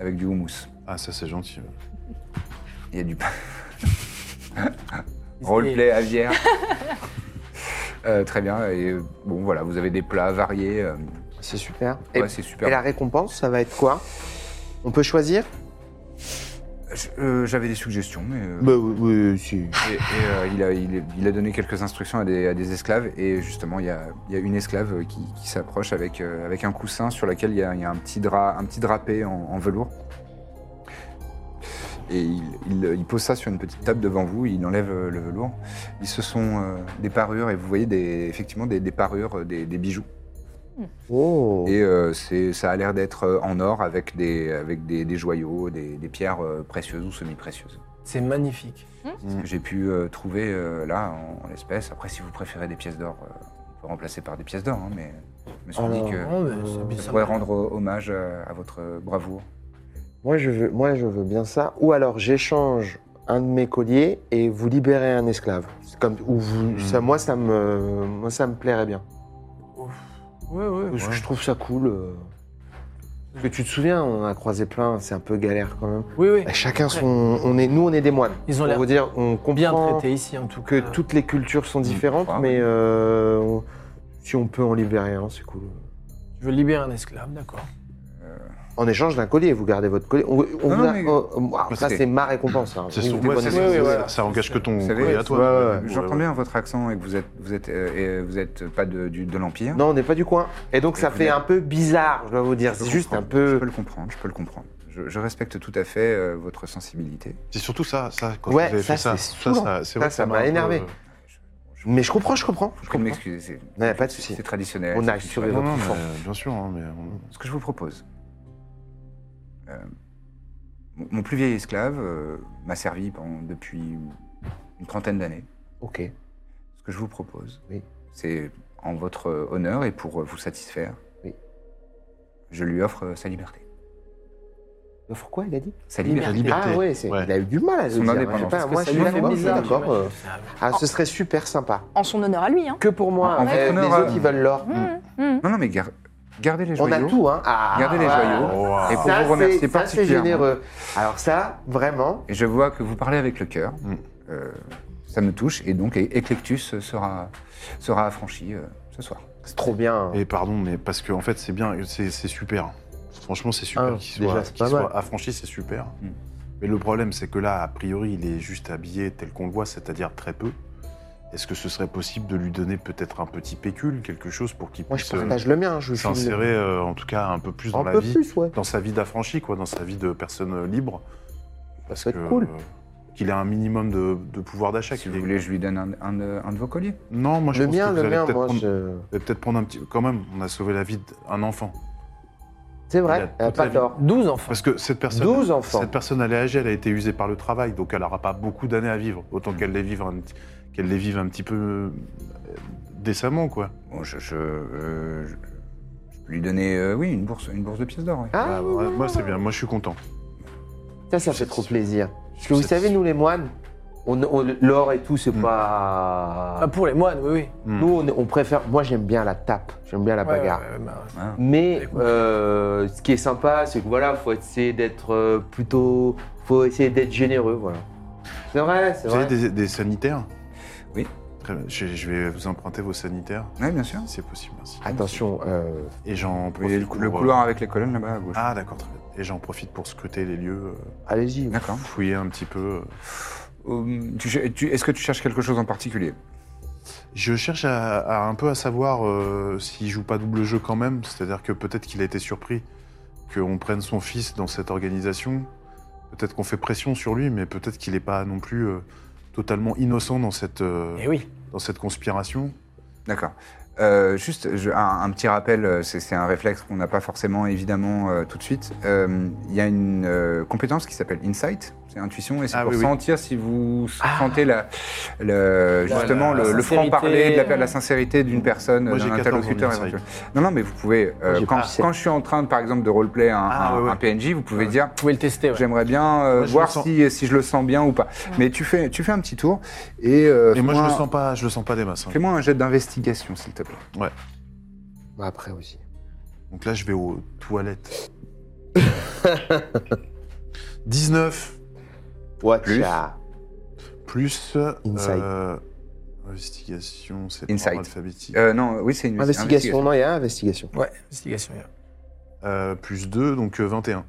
avec du houmous. Ah, ça c'est gentil. Il y a du roleplay aviaire. Euh, très bien. Et euh, bon, voilà, vous avez des plats variés. euh, C'est super. ouais, et, c'est et la super. récompense, ça va être quoi On peut choisir Je- euh, J'avais des suggestions, mais. Bah, euh, oui, oui, si. Et, et, euh, il, a, il- il a donné quelques instructions à des, à des esclaves, et justement, il y a, il y a une esclave euh, qui, qui s'approche avec, euh, avec un coussin sur lequel il y a, il y a un, petit drap, un petit drapé en, en velours. Et il, il- il pose ça sur une petite table devant vous, il enlève euh, le velours. Ils se sont euh, des parures, et vous voyez des, effectivement des, des parures, euh, des, des bijoux. Oh. Et euh, c'est- ça a l'air d'être euh, en or avec des, avec des, des joyaux, des, des pierres euh, précieuses ou semi-précieuses. C'est magnifique. Mm. Ce que j'ai pu euh, trouver euh, là en, en l'espèce. Après, si vous préférez des pièces d'or, euh, on peut remplacer par des pièces d'or, hein, mais je me suis Alors, dit que Non, mais Ah c'est bizarre. ça pourrait rendre euh, hommage euh, à votre euh, bravoure. Mm. Moi je, veux, moi, je veux bien ça. Ou alors, j'échange un de mes colliers et vous libérez un esclave. C'est Comme, ou vous- ça, moi, ça me, moi, ça me plairait bien. Ouais, ouais, Parce ouais. que je trouve ça cool. euh. Parce que tu te souviens, on a croisé plein, c'est un peu galère quand même. Oui, oui. Bah, Chacun son. On est, nous, on est des moines. Ils ont Pour l'air vous dire, on comprend Bien Ah. traité ici, en tout que cas. toutes les cultures sont différentes, Ah, mais euh, on- si on peut en libérer un, c'est cool. Je veux libérer un esclave, d'accord. En échange d'un collier, vous gardez votre collier. On, on Non, vous a- mais- oh, oh, wow, ça, c'est- c'est ma récompense. hein. C'est Vous son- vous ouais, dépendez- c'est- oui, c'est- voilà. Ça engage que ton Vous savez, collier à ouais, toi. ouais. Ouais, J'entends ouais. bien votre accent et que vous êtes, vous êtes, euh, et vous êtes pas de, du- de l'Empire. Hein Non, on n'est pas du coin. Et donc, Et ça vous fait êtes- un peu bizarre, je dois vous dire. Je peux C'est juste un comprendre, Je peu. peux le comprendre, je peux le comprendre. Je, je respecte tout à fait euh, votre sensibilité. C'est surtout ça, ça, quand Ouais, vous avez ça, fait ça, c'est ça, saoulant. ça, euh, Ça, c'est vrai que ça m'a un peu- énervé. Mais je comprends, je comprends. Je Je peux comprends. m'excuser, c'est Non, y a pas de souci. c'est traditionnel. On c'est a assuré culturel. Non, votre non, mais, enfant. euh, bien sûr, hein, mais on- Ce que je vous propose. euh, mon- mon plus vieil esclave euh, m'a servi pendant- depuis une trentaine d'années. Ok. Ce que je vous propose, Oui. c'est en votre euh, honneur et pour euh, vous satisfaire, Oui. je lui offre euh, sa liberté. Mais pourquoi il a dit Sa liberté. liberté. Ah ouais, c'est- Ouais. il a eu du mal à le Son dire. hein. indépendance. Je sais pas, Parce que moi, ça je suis lui fait d'accord. je suis bizarre, d'accord, euh. j'imagine. Ah, ce serait super sympa. En son honneur à lui, hein. Que pour moi. En- en euh, fait, les honneur à- autres, ils veulent l'or. Non, non, mais gar- gardez les On joyaux. a tout, hein. Ah, Gardez les voilà. joyaux. Wow. Et pour Ça, vous remercier c'est- ça, c'est particulièrement. généreux. Alors ça, vraiment, Et je vois que vous parlez avec le cœur. Mm. Euh, ça me touche et donc E- Eclectus sera, sera affranchi euh, ce soir. c'est trop bien. Et pardon, mais parce que en fait, c'est bien, c'est c'est super. Franchement, c'est super Ah, qu'il déjà, soit, c'est qu'il pas mal. soit affranchi, c'est super. Mm. Mais le problème, c'est que là, a priori, il est juste habillé tel qu'on le voit, c'est-à-dire très peu. Est-ce que ce serait possible de lui donner peut-être un petit pécule, quelque chose pour qu'il Moi, je puisse euh, partage le mien. Je vous file s'insérer, euh, en tout cas, un peu plus dans un la peu vie, plus, ouais. dans sa vie d'affranchi, quoi, dans sa vie de personne euh, libre, Parce que que, cool. euh, qu'il ait un minimum de, de pouvoir d'achat. Si qu'il vous ait- voulez, je lui donne un, un de- un de vos colliers. Non, moi, je Le pense que mien, vous le allez mien, peut-être moi, prendre, je... vous allez peut-être prendre un petit. Quand même, on a sauvé la vie d'un enfant. c'est Il a vrai, toute elle a pas la vie. tort. 12 enfants. Parce que cette personne, 12 enfants. cette personne, elle est âgée, elle a été usée par le travail, donc elle n'aura pas beaucoup d'années à vivre. Autant Mm. qu'elle les vive, un petit- qu'elle les vive un petit peu euh, décemment, quoi. Bon, je, je, euh, je- je peux lui donner, euh, oui, une bourse, une bourse de pièces d'or. oui. Ah, Bah, ouais, moi, c'est bien. Moi, je suis content. ça, ça fait trop plaisir. Parce Je que vous sais- savez, nous les moines, on, on- l'or et tout, c'est Mm. pas. Ah, pour les moines, oui, oui. Mm. Nous, on, on préfère. Moi, j'aime bien la tape, j'aime bien la Ouais, bagarre. ouais, ouais, bah, Mais Écoute. euh, ce qui est sympa, c'est que voilà, faut essayer d'être euh, plutôt, faut essayer d'être généreux, voilà. C'est vrai, c'est Vous vrai. avez des, des sanitaires Oui. Très bien. Je, je vais vous emprunter vos sanitaires, Oui, bien sûr. si c'est possible. Merci. Attention, euh, Et j'en Vous voyez profite le, pour, le euh, couloir avec les colonnes là-bas à gauche. Ah, d'accord. très bien. Et j'en profite pour scruter les lieux, allez-y. D'accord. euh, fouiller un petit peu. euh, Hum, tu cher- tu- Est-ce que tu cherches quelque chose en particulier Je cherche à, à un peu à savoir euh, s'il joue pas double jeu quand même, c'est-à-dire que peut-être qu'il a été surpris qu'on prenne son fils dans cette organisation, peut-être qu'on fait pression sur lui, mais peut-être qu'il n'est pas non plus euh, totalement innocent dans cette, euh, Eh oui. dans cette conspiration. D'accord. Euh, juste je- un, un petit rappel, euh, c'est c'est un réflexe qu'on n'a pas forcément évidemment euh, tout de suite. Euh, Il y a une euh, compétence qui s'appelle insight, c'est intuition, et c'est Ah, pour oui, Ah. oui. sentir si vous sentez la, le- La- justement la le- le, sincérité. franc parler, de la, la sincérité d'une personne, Moi, j'ai d'un 14 en interlocuteur insight. éventuel. Non, non, mais vous pouvez euh, Moi, j'ai quand, pas. quand je suis en train de, par exemple de roleplay un, Ah, un- ouais, ouais. un PNJ, vous pouvez dire Vous pouvez le tester, ouais. J'aimerais bien euh, Moi, je voir le sens. si, si je le sens bien ou pas. Mais tu fais, tu fais un petit tour et, euh, Et moi, je fais-moi- le sens pas, je le sens pas des masses. hein. Fais-moi un jet d'investigation, s'il te plaît. Bah, après aussi. Donc là, je vais aux toilettes. 19. Watch Plus. Plus. Inside. euh, investigation, c'est Inside. pas alphabétique. Euh, non, oui, c'est une Investigation, non, il y a investigation. Ouais, investigation. yeah. Euh, plus 2, donc euh, 21.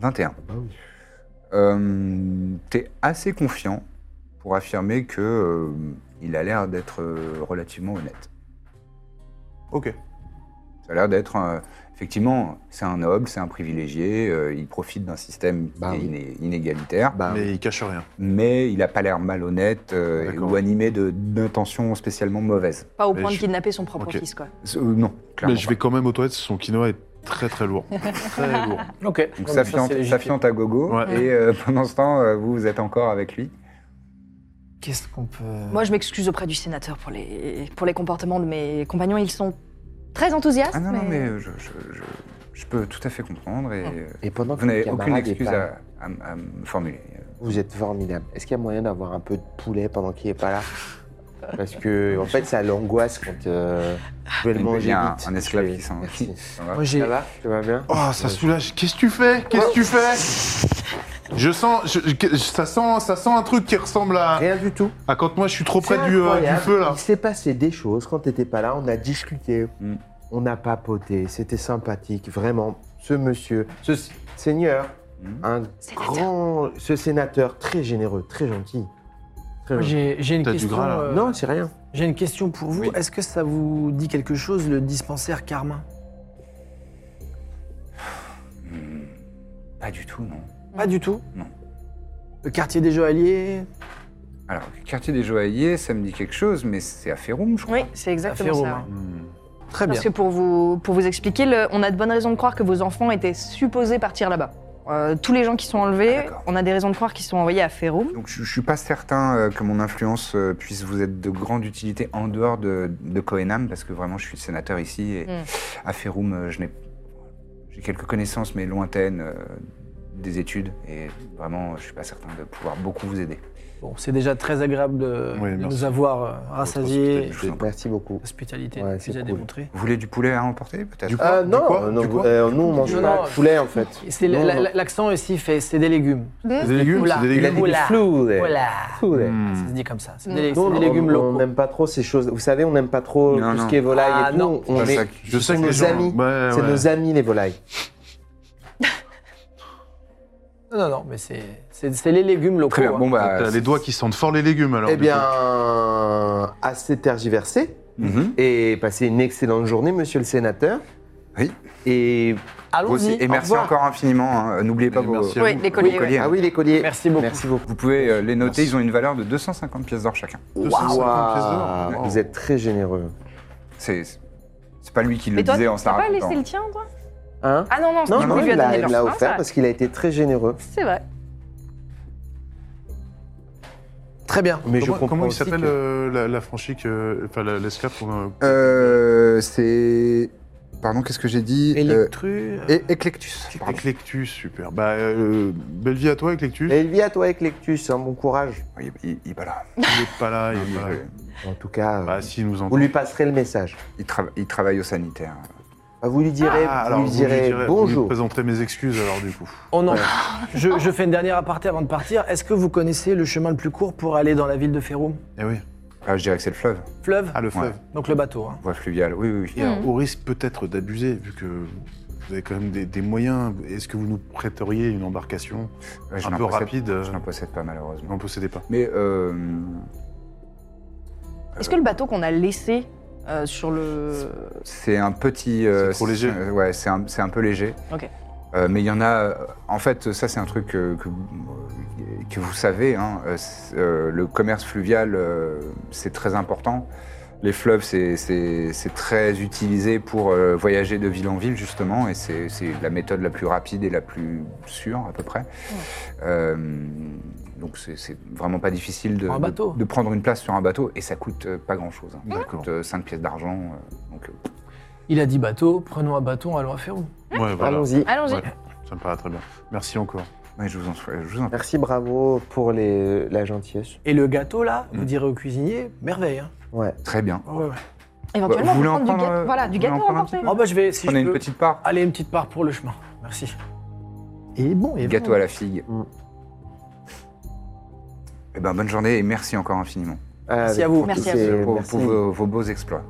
21. Ah oui. Euh, T'es assez confiant pour affirmer que euh, il a l'air d'être euh, relativement honnête. Ok. Ça a l'air d'être un- effectivement, c'est un noble, c'est un privilégié. euh, il profite d'un système qui Bah est oui. iné- inégalitaire, Bah, Mais il cache rien. mais il n'a pas l'air malhonnête euh, D'accord. ou animé de- d'intentions spécialement mauvaises. Pas au Mais point je- de kidnapper son propre Ok. fils, quoi. Euh, non, clairement. Mais je vais quand même aux toilettes, son quinoa est très très lourd. très lourd. Ok. pas. Donc Ouais, ça ça, fiante- c'est ça légitime. fiante à gogo Ouais. et euh, pendant ce temps, euh, vous, vous êtes encore avec lui. Qu'est-ce qu'on peut. Moi, je m'excuse auprès du sénateur pour les, pour les comportements de mes compagnons. Ils sont très enthousiastes. Ah non, non, mais- mais je, je- je- je peux tout à fait comprendre et euh, Et pendant que vous le n'avez aucune camarade est excuse pas- à, à m- à me formuler. Vous êtes formidable. Est-ce qu'il y a moyen d'avoir un peu de poulet pendant qu'il n'est pas là Parce que, en fait, ça l'angoisse quand euh, je vais le Il manger. y a un, vite. un esclave Je vais- qui s'en Merci. qui s'en va. Moi, j'ai. Ça va Tu vas bien Oh, ça soulage. Qu'est-ce que tu fais Qu'est-ce que tu fais Je sens. je- je- ça, sent, ça sent un truc qui ressemble à, Rien du tout. à quand moi je suis trop près C'est du, euh, du incroyable. feu là. Il s'est passé des choses quand t'étais pas là. On a discuté, Mm. on a papoté. C'était sympathique, vraiment. Ce monsieur, ce s- seigneur, Mm. un Sénateur. grand, ce sénateur très généreux, très gentil, très moi, gentil. J'ai j'ai une T'as du question. gras, là. euh, Non, c'est rien. J'ai une question pour vous. Oui. Est-ce que ça vous dit quelque chose le dispensaire Carmin Hmm, Pas du tout, non. Pas du tout. Non. Le quartier des Joailliers, Alors, le quartier des joailliers, ça me dit quelque chose, mais c'est à Féroum, je crois. Oui, c'est exactement Féroum, ça. hein. Hmm. très bien. Parce que pour vous, pour vous expliquer, le- on a de bonnes raisons de croire que vos enfants étaient supposés partir là-bas. Euh, tous les gens qui sont enlevés, Ah, d'accord. on a des raisons de croire qu'ils sont envoyés à Ferrum. Donc, je, je suis pas certain euh, que mon influence euh, puisse vous être de grande utilité en dehors de, de Cohenham, parce que vraiment, je suis sénateur ici et Mm. à Féroum, euh, je n'ai j'ai quelques connaissances, mais lointaines, euh, des études, et vraiment, je suis pas certain de pouvoir beaucoup vous aider. Bon, c'est déjà très agréable de, Oui, de merci. nous avoir euh, rassasiés. Je vous en prie. Merci beaucoup. Hospitalité, Ouais, tu c'est as cool. démontré. Vous voulez du poulet à emporter, peut-être Du coup, Euh, non, quoi non, Du quoi euh, nous on mange Non, pas non. de poulet en fait. Et c'est Non, la- non. la- L'accent ici fait, c'est des légumes. C'est des légumes, Oula. c'est des Il a dit légumes. des Oula. flous. eh. Voilà. Flous, eh. Ça se dit comme ça. C'est des, Nous, c'est des légumes on- on locaux. n'aime pas trop ces choses. Vous savez, on n'aime pas trop Non, tout non. ce qui est volaille Ah, et tout. non. On Je est- sais que- Je sais sont que les nos gens. amis. Ouais, C'est ouais. nos amis les volailles. Non, non, non, mais c'est c'est- c'est les légumes locaux. Très bien, hein. bon, bah. T'as c'est- les doigts qui sentent fort les légumes alors. Ah, Eh du coup. bien, assez tergiversé. Mhm. Et passez une excellente journée, monsieur le sénateur. Oui. Et. Vous aussi. Allons-y. Et merci revoir. encore infiniment. hein. N'oubliez pas Et vos, merci à Oui, vous. les colliers. ouais. colliers. Ah oui, les colliers. Merci beaucoup. Merci beaucoup. Vous pouvez euh, les noter, ils ont une valeur de 250 pièces d'or chacun. 250 pièces d'or. Waouh, Wow. Vous êtes très généreux. C'est c'est pas lui qui le Mais toi, disait en t'as pas s'arrêtant. laissé le tien, toi Hein Ah non, non, c'est Non, tu non, lui il as l'a donné il leur l'a Ah, c'est offert vrai. parce qu'il a été très généreux. C'est vrai. Très bien. Mais je Comment, comprends comment il aussi s'appelle que- euh, la, la franchise, que- enfin la- l'esclave qu'on a- Euh, c'est. Pardon, qu'est-ce que j'ai dit Euh, Électru. euh, é- Éclectus. pardon. Eclectus, super. Bah, euh, belle vie à toi, Eclectus. Et Elvia, toi, Eclectus, hein, bon courage. Il, il, il est pas là. Il est pas là, il est pas là. Il, En tout cas, euh, Bah, s'il nous Ah, vous entend. lui passerez le message. il trava- il travaille au sanitaire. Bah, Vous lui direz, Ah, vous lui direz Vous lui bonjour. présenterez mes excuses alors du coup. Oh non. je, je fais une dernière aparté avant de partir. Est-ce que vous connaissez le chemin le plus court pour aller dans la ville de Ferrum Eh oui. Ah, je dirais que c'est le fleuve. Fleuve Ah, le fleuve. Donc le bateau. hein. Voie fluviale, oui, oui. oui. Et alors, Hmm. au risque peut-être d'abuser, vu que vous avez quand même des, des moyens, est-ce que vous nous prêteriez une embarcation Ouais, je un n'en peu possède- rapide euh, Je n'en possède pas, Vous malheureusement. n'en possédez pas. Mais euh, Est-ce que le bateau qu'on a laissé euh, sur le. c'est un petit. euh, C'est trop léger. euh, ouais, c'est un, c'est un peu léger. Ok. Euh, mais il y en a. euh, En fait, ça, c'est un truc euh, que, que vous savez. hein, euh, c'est, euh, le commerce fluvial, euh, c'est très important. Les fleuves, c'est- c'est c'est très utilisé pour euh, voyager de ville en ville, justement, et c'est c'est la méthode la plus rapide et la plus sûre, à peu près. Euh, donc, c'est- c'est vraiment pas difficile de, Un de- bateau. de prendre une place sur un bateau, et ça coûte euh, pas grand-chose. hein. Ça D'accord. coûte 5 pièces d'argent. euh, donc, euh, Il a dit bateau, prenons un bateau, allons à Ferrum. Ouais, voilà. Allons-y. Allons-y. Ouais, ça me paraît très bien. Merci encore. ouais, je vous en je vous en Merci, bravo pour euh, les- la gentillesse. Et le gâteau là, Mm. vous direz au cuisinier, merveille. hein. Ouais. Très bien. Ouais, ouais. Éventuellement, Vous voulez on en peut prendre du prendre, gâteau. euh, Voilà, du vous voulez en gâteau prendre un emporté. petit Oh bah je vais, si Prenez je une peux, petite part. allez une petite part pour le chemin. Merci. Et bon, et Gâteau à la figue. Eh ben, bonne journée et merci encore infiniment Avec à vous. tous Merci à ces- vous. pour, pour vos, vos beaux exploits.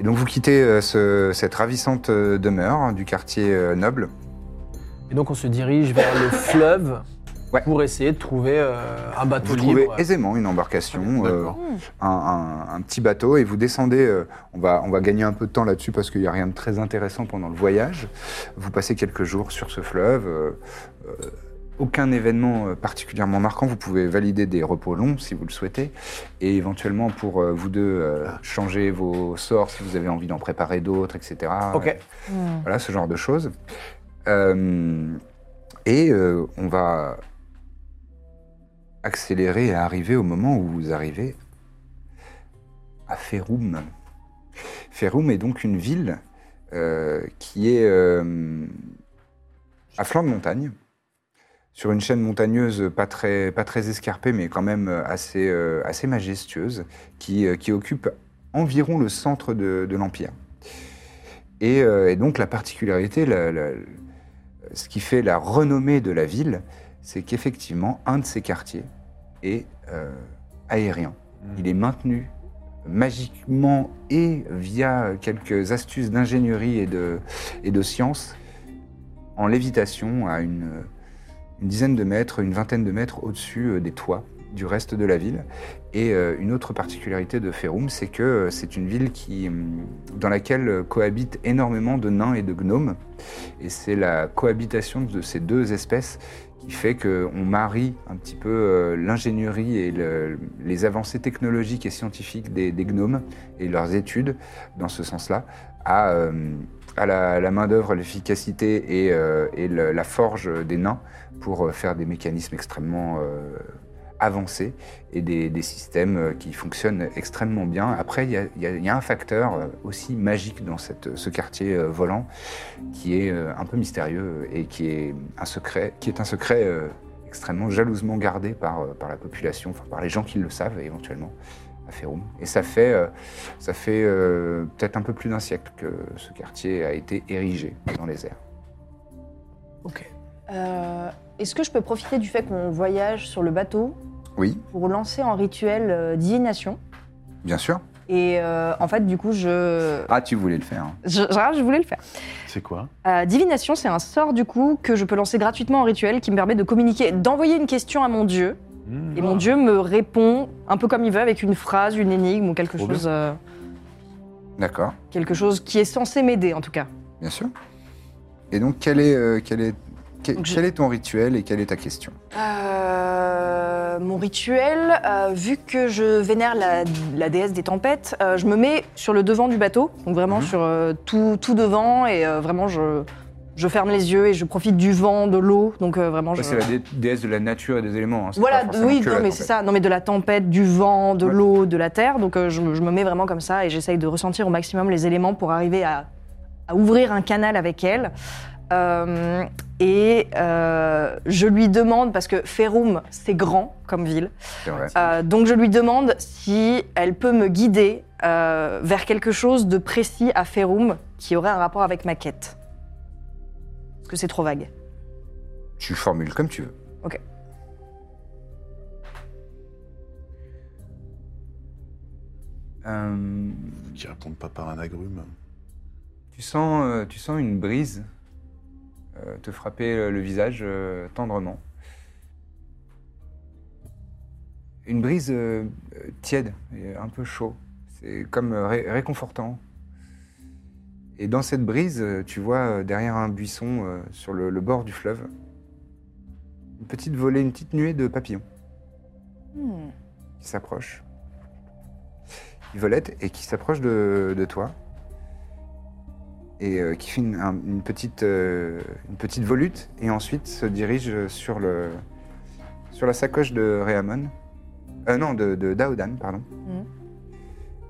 Et donc vous quittez euh, ce- cette ravissante euh, demeure hein, du quartier euh, noble. Et donc on se dirige vers le fleuve Ouais. pour essayer de trouver euh, un bateau Vous trouvez libre. aisément une embarcation, Ah, euh, D'accord. un, un- un petit bateau, et vous descendez. euh, on, va, on va gagner un peu de temps là-dessus parce qu'il n'y a rien de très intéressant pendant le voyage. Vous passez quelques jours sur ce fleuve. euh, euh, aucun événement euh, particulièrement marquant. Vous pouvez valider des repos longs si vous le souhaitez. Et éventuellement, pour euh, vous deux, euh, changer vos sorts si vous avez envie d'en préparer d'autres, etc. Ok. Voilà, ce genre de choses. Euh, et euh, on va accélérer et arriver au moment où vous arrivez à Feroum. Feroum est donc une ville euh, qui est euh, à flanc de montagne, sur une chaîne montagneuse pas très, pas très escarpée, mais quand même assez, euh, assez majestueuse, qui, euh, qui occupe environ le centre de- de l'Empire. Et, euh, et donc la particularité, la- la- ce qui fait la renommée de la ville, c'est qu'effectivement, un de ces quartiers est euh, aérien. Il est maintenu magiquement et via quelques astuces d'ingénierie et de, et de science en lévitation à une, une dizaine de mètres, une vingtaine de mètres au-dessus euh, des toits du reste de la ville. Et euh, une autre particularité de Feroum, c'est que euh, c'est une ville qui, hum, dans laquelle euh, cohabitent énormément de nains et de gnomes. Et c'est la cohabitation de ces deux espèces qui fait qu'on marie un petit peu euh, l'ingénierie et le- les avancées technologiques et scientifiques des, des gnomes et leurs études, dans ce sens-là, à, euh, à la, la main-d'œuvre, l'efficacité et, euh, et le- la forge des nains pour euh, faire des mécanismes extrêmement euh, avancés et des, des systèmes euh, qui fonctionnent extrêmement bien. Après, il y a, il y a- il y a un facteur euh, aussi magique dans cette- ce quartier euh, volant qui est euh, un peu mystérieux et qui est un secret, qui est un secret euh, extrêmement jalousement gardé par, euh, par la population, enfin, par les gens qui le savent éventuellement à Féroum. Et ça fait, euh, ça fait euh, peut-être un peu plus d'un siècle que ce quartier a été érigé dans les airs. Euh, Est-ce que je peux profiter du fait qu'on voyage sur le bateau Oui, pour lancer en rituel euh, divination bien sûr. Et euh, en fait, du coup, je... Ah, tu voulais le faire. hein. je, je- je voulais le faire. C'est quoi Euh, divination, c'est un sort du coup que je peux lancer gratuitement en rituel qui me permet de communiquer, d'envoyer une question à mon dieu. Et Ah, mon dieu me répond un peu comme il veut avec une phrase, une énigme ou quelque Trop chose, euh, D'accord, quelque chose qui est censé m'aider en tout cas. bien sûr. Et donc, quel est, euh, quel est, quel- Donc, je- quel est ton rituel et quelle est ta question Euh, mon rituel, euh, vu que je vénère la, la déesse des tempêtes, euh, je me mets sur le devant du bateau, donc vraiment Mhm. sur euh, tout, tout devant, et euh, vraiment je, je ferme les yeux et je profite du vent, de l'eau, donc euh, vraiment je... Ouais, C'est la dé- déesse de la nature et des éléments. hein, c'est Voilà, pas forcément oui, que non la mais c'est tempête. ça, non mais de la tempête, du vent, de Ouais. l'eau, de la terre, donc euh, je, me- je me mets vraiment comme ça et j'essaye de ressentir au maximum les éléments pour arriver à, à ouvrir un canal avec elle. Euh, et euh, je lui demande, parce que Ferum c'est grand comme ville, C'est vrai. euh, donc je lui demande si elle peut me guider euh, vers quelque chose de précis à Ferum qui aurait un rapport avec ma quête. Parce que c'est trop vague. Tu formules comme tu veux. Ok. Euh, Qui répondent pas par un agrume. tu, sens, euh, tu sens une brise euh, te frapper euh, le visage euh, tendrement. Une brise euh, euh, tiède et un peu chaud. C'est comme euh, ré- réconfortant. Et dans cette brise, euh, tu vois euh, derrière un buisson euh, sur le- le bord du fleuve une petite volée, une petite nuée de papillons qui s'approche. Qui volette et qui s'approche de, de toi. Et euh, qui fait une, un- une petite, euh, une petite volute et ensuite se dirige sur, le, sur la sacoche de Réamon. Euh, non, de, de Daodan, pardon. Mhm.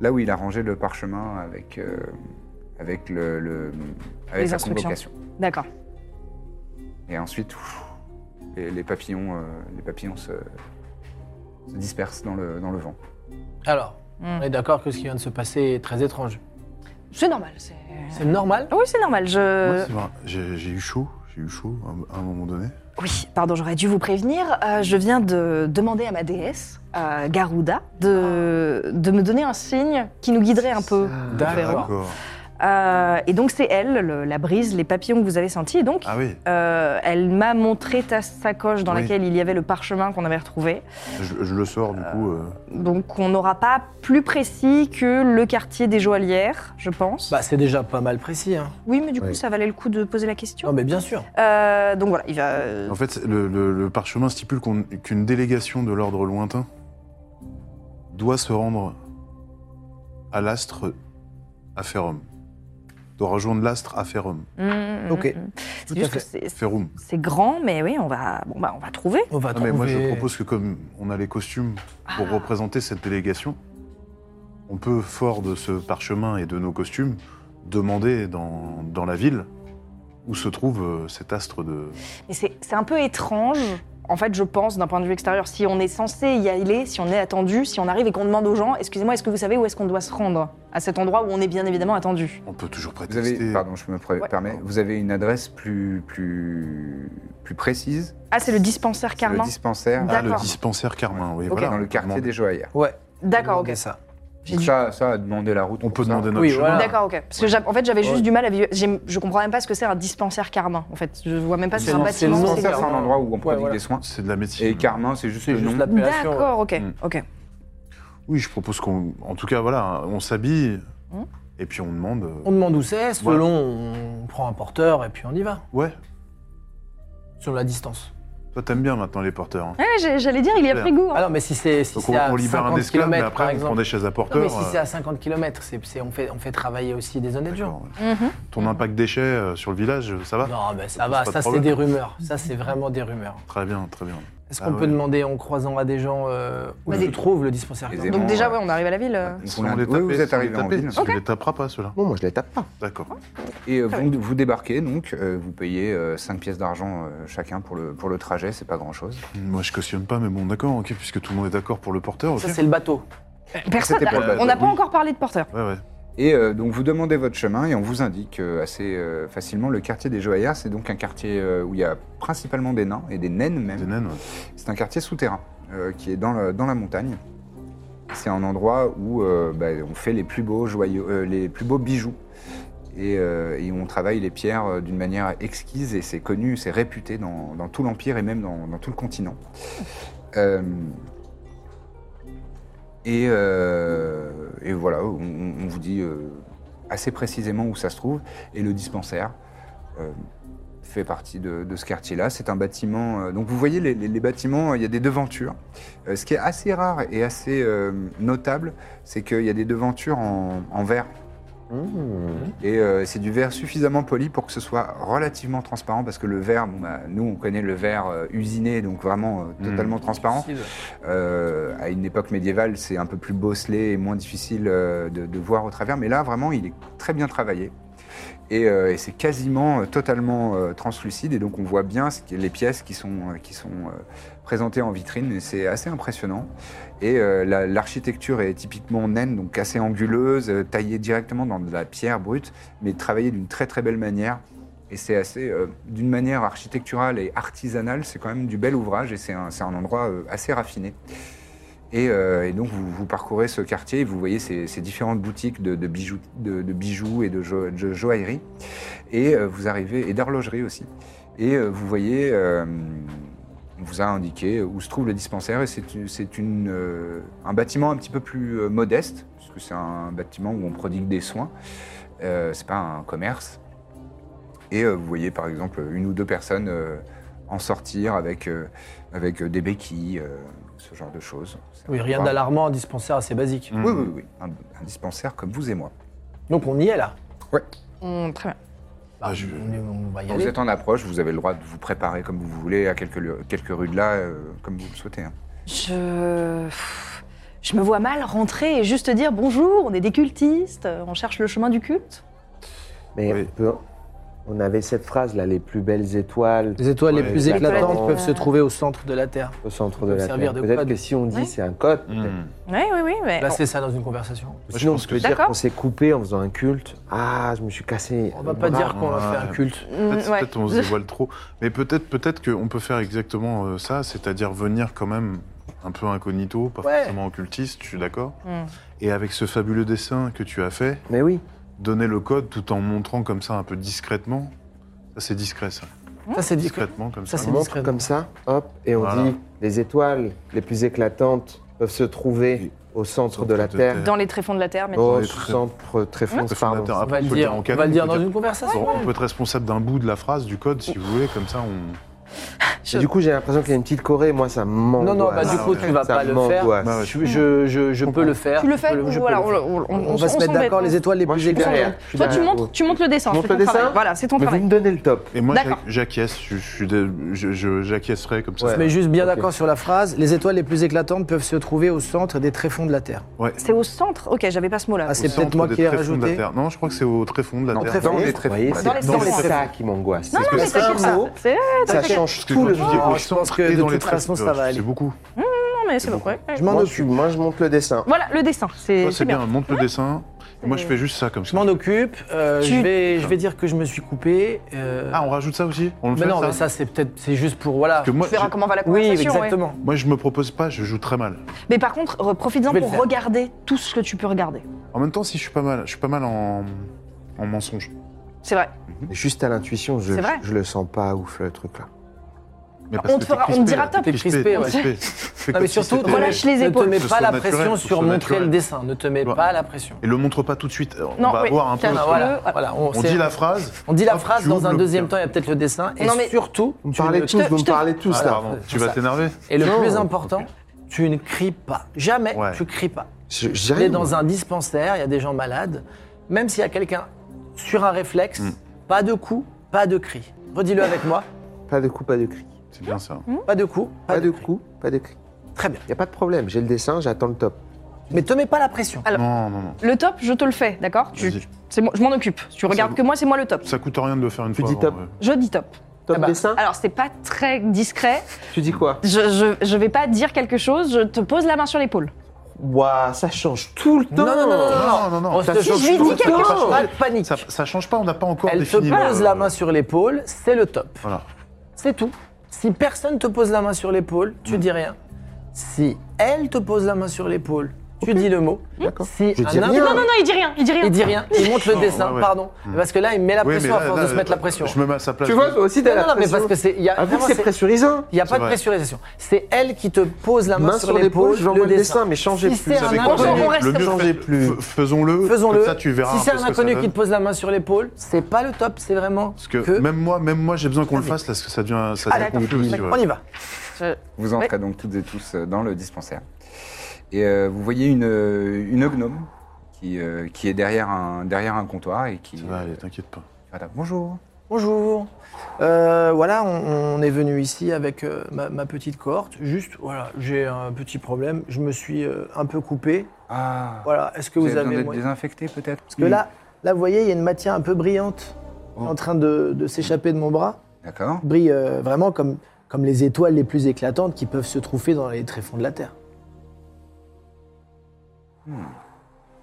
Là où il a rangé le parchemin avec, euh, avec, le, le- avec Les sa instructions. convocation. D'accord. Et ensuite, ouf, les, les papillons, euh, les papillons se, se dispersent dans le, dans le vent. Alors, Mm. on est d'accord que ce qui vient de se passer est très étrange. C'est normal. c'est- C'est normal Ah Oui, c'est normal. Je... Moi, c'est vrai, J'ai j'ai eu chaud, j'ai J'ai eu chaud à un moment donné. Oui, pardon, j'aurais dû vous prévenir. Euh, je viens de demander à ma déesse, euh, Garuda, Ah. de, de me donner un signe qui nous guiderait un peu. Ah, D'accord. D'accord. Euh, et donc c'est elle, le- la brise, les papillons que vous avez sentis. Et donc Ah oui, euh, elle m'a montré ta sacoche dans Oui. laquelle il y avait le parchemin qu'on avait retrouvé. je, je le sors du coup. euh, Donc on n'aura pas plus précis que le quartier des joaillières, je pense. Bah, c'est déjà pas mal précis. Hein. oui, mais du coup oui. ça valait le coup de poser la question. Non, mais bien sûr. Euh, donc voilà, il va. euh, En fait, le, le- le parchemin stipule qu'on- qu'une délégation de l'ordre lointain doit se rendre à l'astre à Ferrum. Doit rejoindre l'astre à Ferrum. mm, mm, Ah. Ok. mm. Tout C'est à juste que fait. c'est- Ferrum. c'est grand, mais oui, on va, bon, bah, on va trouver. On va Non, Ah, mais moi, je trouver- propose que comme on a les costumes pour représenter cette délégation, on peut, fort de ce parchemin et de nos costumes, demander dans, dans la ville où se trouve euh, cet astre de... Et c'est c'est un peu étrange, en fait, je pense, d'un point de vue extérieur. Si on est censé y aller, si on est attendu, si on arrive et qu'on demande aux gens, excusez-moi, est-ce que vous savez où est-ce qu'on doit se rendre À cet endroit où on est bien évidemment attendu. On peut toujours Vous avez, prétexter... pardon, je me pré- Ouais. permets, vous avez une adresse plus, plus, plus précise, Ah, c'est le dispensaire c'est le Carmin dispensaire, Ah, le D'accord. dispensaire Carmin, oui, Ok. voilà. dans le quartier Demande- des joaillières. Ouais. D'accord, Demandez ok. Ça. J'ai Donc dit- Ça, ça, demander la route. On peut pour ça. demander notre Oui, chemin. voilà. D'accord, ok. Parce que j'a- en fait, j'avais Ouais. juste du mal à visu- j'ai- Je comprends même pas ce que c'est un dispensaire Carmin. En fait, je vois même pas si c'est un C'est- bâtiment. le nom, Dispensaire, c'est un endroit où on prodigue voilà. des soins. C'est de la médecine. Et Carmin, c'est juste C'est le juste nom. l'appellation. D'accord, ok, Mm. ok. Oui, je propose qu'on... En tout cas, voilà, on s'habille Hein Hmm. et puis on demande... euh, On demande où c'est, Ouais. selon, on prend un porteur et puis on y va. Ouais, Sur la distance. toi t'aimes bien maintenant les porteurs. hein. Ouais, j'ai- j'allais dire, il y a Claire. pris goût. hein. Ah non, mais si c'est si Donc c'est on, à on libère un 50 esclave, mais kilomètres, par après on prend exemple. des chaises à Non, mais porteurs. si euh, c'est à 50 km, c'est c'est- on, fait, on fait travailler aussi des honnêtes gens. d'accord, ouais. Mhm. Ton impact déchet euh, sur le village, euh, ça va Non, mais ça pose va, pas de ça c'est problème. des rumeurs. Ça c'est vraiment des rumeurs. Très bien, très bien. Est-ce Ah qu'on ouais. peut demander en croisant à des gens euh, où Vas-y. se trouve le dispensaire Les Carmin aimants. Donc déjà, ouais, on arrive à la ville. euh. Si On on l'a- les oui, vous tapait, êtes si on arrivé les en tapait, ville. parce que les tapera pas ceux-là. Non, moi, je les tape pas. D'accord. Et euh, vous, vous débarquez, donc, euh, vous payez 5 pièces d'argent euh, chacun pour le, pour le trajet, c'est pas grand-chose. Moi je cautionne pas, mais bon d'accord, ok, puisque tout le monde est d'accord pour le porteur, ok. Ça c'est le bateau. Personne. C'était pour le On n'a pas oui. encore parlé de porteur. Ouais, ouais. Et euh, donc vous demandez votre chemin et on vous indique euh, assez euh, facilement le quartier des Joaillards. C'est donc un quartier euh, où il y a principalement des nains et des naines Des même. naines, ouais. C'est un quartier souterrain euh, qui est dans, la- dans la montagne. C'est un endroit où euh, bah, on fait les plus beaux joyaux, euh, les plus beaux bijoux. Et, euh, et où on travaille les pierres euh, d'une manière exquise et c'est connu, c'est réputé dans, dans tout l'Empire et même dans, dans tout le continent. Euh, et, euh, et voilà, on, on vous dit euh, assez précisément où ça se trouve. Et le dispensaire, euh, fait partie de, de ce quartier-là. C'est un bâtiment. euh, donc vous voyez les, les- les bâtiments, euh, il y a des devantures. Euh, ce qui est assez rare et assez euh, notable, c'est qu'il y a des devantures en, en verre. Mmh. Et euh, c'est du verre suffisamment poli pour que ce soit relativement transparent, parce que le verre, bon, bah, nous on connaît le verre euh, usiné, donc vraiment euh, Mhm. totalement transparent. Style. Euh, à une époque médiévale, c'est un peu plus bosselé et moins difficile euh, de, de voir au travers. Mais là, vraiment, il est très bien travaillé. Et, euh, et c'est quasiment euh, totalement euh, translucide. Et donc, on voit bien ce qui- les pièces qui sont, euh, qui sont euh, présentées en vitrine. Et c'est assez impressionnant. Et euh, la- l'architecture est typiquement naine, donc assez anguleuse, euh, taillée directement dans de la pierre brute, mais travaillée d'une très très belle manière. Et c'est assez, euh, d'une manière architecturale et artisanale, c'est quand même du bel ouvrage et c'est un, c'est un endroit euh, assez raffiné. Et, euh, et donc vous, vous parcourez ce quartier et vous voyez ces, ces différentes boutiques de, de bijoux, de, de bijoux et de, jo- de joaillerie. Et euh, vous arrivez, et d'horlogerie aussi. Et euh, vous voyez, euh, on vous a indiqué où se trouve le dispensaire et c'est une- c'est une, euh, un bâtiment un petit peu plus euh, modeste, puisque c'est un bâtiment où on prodigue des soins. Euh, c'est pas un commerce. Et euh, vous voyez par exemple une ou deux personnes euh, en sortir avec, euh, avec des béquilles, euh, ce genre de choses. C'est Oui, un rien endroit- d'alarmant, un dispensaire assez basique. Mmh. Oui, oui, oui. Un, un dispensaire comme vous et moi. Donc on y est là. Bah, Mm, très bien. Ah, je- On, est- on va y vous aller. êtes en approche, vous avez le droit de vous préparer comme vous voulez, à quelques, lieux- quelques rues de là, euh, comme vous le souhaitez. hein. Je. Je me vois mal rentrer et juste dire bonjour, on est des cultistes, on cherche le chemin du culte. Mais Oui. on peut- On avait cette phrase là, les plus belles étoiles Les étoiles les Ouais, plus la éclatantes planète, peuvent euh, se trouver au centre de la Terre. au centre Ça de peut la servir Terre. de Peut-être code. que si on dit Ouais. c'est un code, peut-être. Hmm. Oui, oui, oui. Mais Là, c'est ça dans une conversation. sinon on pense que- peut dire D'accord. qu'on s'est coupé en faisant un culte. Ah, je me suis cassé. On va pas dire qu'on a fait un ouais. culte. Mm, Peut-être ouais. peut-être on se dévoile trop. Mais peut-être peut-être qu'on peut faire exactement euh, ça, c'est-à-dire venir quand même un peu incognito, pas Ouais. forcément occultiste, je suis d'accord. Mm. Et avec ce fabuleux dessin que tu as fait, Mais oui. donner le code tout en montrant comme ça un peu discrètement. Ça c'est discret ça. Ça, c'est discret. Discrètement comme Ça, ça. On c'est montre discret. comme ça, hop, et on Voilà. dit les étoiles les plus éclatantes peuvent se trouver au centre de la Terre. Dans les tréfonds de la Terre, mais Oh, Au les très- centre tréfonds, Parce qu'on a pardon. terre- On après, va le faut dire, en on canon, va le faut dire dans dire- une Bon, conversation. On peut être responsable d'un bout de la phrase, du code, si vous voulez, comme ça on. Et Du coup, j'ai l'impression qu'il y a une petite Corée, moi ça m'angoisse. Non, non, bah, du Ah, coup, ouais. tu vas Ça pas le faire. m'angoisse. Bah ouais. Je, je- je- je peux le faire. tu le Je fais peux je ou peux voilà, le faire. on, on- On va se s'embête hein. mettre d'accord, pas. les étoiles les Moi, je plus suis éclatantes. derrière. Je suis Toi, tu derrière. montes, tu montes le dessin. Je monte c'est le ton dessin travail. Voilà, c'est ton Mais vous travail. me donnez le top. Et moi D'accord. j'ac- j'acquiesce, je, je suis dé- je- je- j'acquiescerai comme ça. On se Ouais, met juste bien Ok. d'accord sur la phrase. Les étoiles les plus éclatantes peuvent se trouver au centre des tréfonds de la Terre. C'est au centre Ok, j'avais pas ce mot-là. Ah, au c'est peut-être centre moi des qui l'ai tréfonds de la rajouté. Terre. Non, je crois que c'est au tréfonds de la Non, Terre. tréfonds. Dans les Vous tréfonds. Vous voyez, Dans les tréfonds. c'est ça qui m'angoisse. non, parce non, que mais c'est t'inquiète un pas. mot, C'est Ça change t'inquiète. Parce que tout quand le tu dis temps. au je centre pense que et de dans toute les tréfonds, façon, ça va aller. C'est beaucoup. Non, mais c'est pas vrai. Je m'en Moi je, suis- occupe. moi, je monte le dessin. Voilà, le dessin. C'est Toi, c'est c'est bien. bien, montre le dessin. Et Moi, je Euh, fais juste ça comme Je ça. m'en occupe. euh, Tu- je, vais, je vais dire que je me suis coupé. euh, Ah, on rajoute ça aussi On le mais fait non, ça mais ça, c'est peut-être. C'est juste pour. Voilà. Parce que moi, Tu verras je- comment va la Oui, conversation. ouais. exactement. moi, je me propose pas, je joue très mal. Mais par contre, re- profites-en Je vais le pour faire. regarder tout ce que tu peux regarder. En même temps, si je suis pas mal, je suis pas mal en, en mensonge. C'est vrai. Juste à l'intuition, je, C'est vrai. je le sens pas ouf le truc là. Mais on te t'es fera- on te crispé, dira là, top. T'es T'es crispé, crispé, t'es crispé. ouais. Fais Non, comme mais si surtout, t'étais- relâche les ne te épaules. mets Faut pas se la naturel, pression faut se sur montrer naturel. le dessin. Ne te mets Voilà. pas la pression. Et le montre pas tout de suite. On Non, va oui, voir un peu. tiens, ce que- voilà. Voilà, on, On c'est- dit la phrase. on dit la hop, phrase tu dans ouvres un le deuxième bouquin. temps, il y a peut-être le dessin. Et Non, mais- surtout, Vous me tu parlez ne- tous, te- vous je me te- parlez tous Ah, là. Pardon, tu vas t'énerver Et le Non. plus important, tu ne cries pas. Jamais Ouais. tu cries pas. Je- On est J'arrive. dans un dispensaire, il y a des gens malades. Même s'il y a quelqu'un sur un réflexe, Hmm. pas de coup, pas de cri. Redis-le avec moi. Pas de coup, pas de cri. C'est bien ça. Pas de coup, pas, Pas, de, cri. coup, pas de cri. Très bien. Y a pas de problème, j'ai le dessin, j'attends le top. Mais te mets pas la pression. Ah, Non, non, non. Le top, je te le fais, d'accord Tu- Vas-y. c'est moi- Je m'en occupe. Tu regardes vous- que moi, c'est moi le top. Ça coûte rien de le faire une Tu fois. hein, dis avant, top. ouais. Je dis top. Top Ah bah, dessin Alors, c'est pas très discret. Tu dis quoi Je, je, je vais pas dire quelque chose. Je te pose la main sur l'épaule. Waouh, ça change tout le temps. non, non, non, Non, non, non. On Ça se change tout change tout le le temps. temps. Pas de panique. Ça, ça change pas, on n'a pas encore Elle te défini. le- pose la main sur l'épaule, c'est le top. Voilà. C'est tout. Si personne te pose la main sur l'épaule, tu dis rien. Si elle te pose la main sur l'épaule, tu dis le mot. Hmm. D'accord. Si Je un dis homme- rien. Non, non, non, il dit rien. Il dit rien. Il dit rien, il montre le Non, dessin, Oh, ouais, ouais. pardon. Parce que là, il met la Oui, mais pression à là- force là, de se mettre la pression. Je me mets Ah, à sa place. Tu vois, toi aussi, t'as Non, la non, non, mais pression. parce que c'est. il y a- Avoue que vraiment, c'est c'est- pressurisant. Il n'y a pas C'est de vrai. pressurisation. C'est elle qui te pose la main, Main sur l'épaule, je le vois le dessin. dessin, mais changez Si plus. c'est un savez On quoi, change, le on reste mieux, comme ça. changez plus. F- Faisons-le. Faisons-le. Comme ça, tu verras. Si c'est peu un ce que ça inconnu qui donne. te pose la main sur l'épaule, c'est pas le top, c'est vraiment Parce que, même moi, même moi, j'ai besoin qu'on le fasse parce que ça devient, ça devient d'accord. confus aussi. D'accord. ouais. Ah, On y va. Ouais. entrez donc toutes et tous euh, dans le dispensaire. Et euh, vous voyez une, euh, une gnome qui, euh, qui est derrière un, derrière un comptoir et qui. Ça va aller, t'inquiète pas. Voilà, bonjour. Bonjour. Euh, voilà, on, on est venu ici avec euh, ma, ma petite cohorte. Juste, voilà, j'ai un petit problème. Je me suis euh, un peu coupé. Ah. Voilà, est-ce que Vous, vous, avez besoin avez d'être moyen- désinfecté peut-être Parce que là, là, vous voyez, il y a une matière un peu brillante Oh. en train de, de s'échapper de mon bras. D'accord. Brille euh, vraiment comme, comme les étoiles les plus éclatantes qui peuvent se trouver dans les tréfonds de la Terre.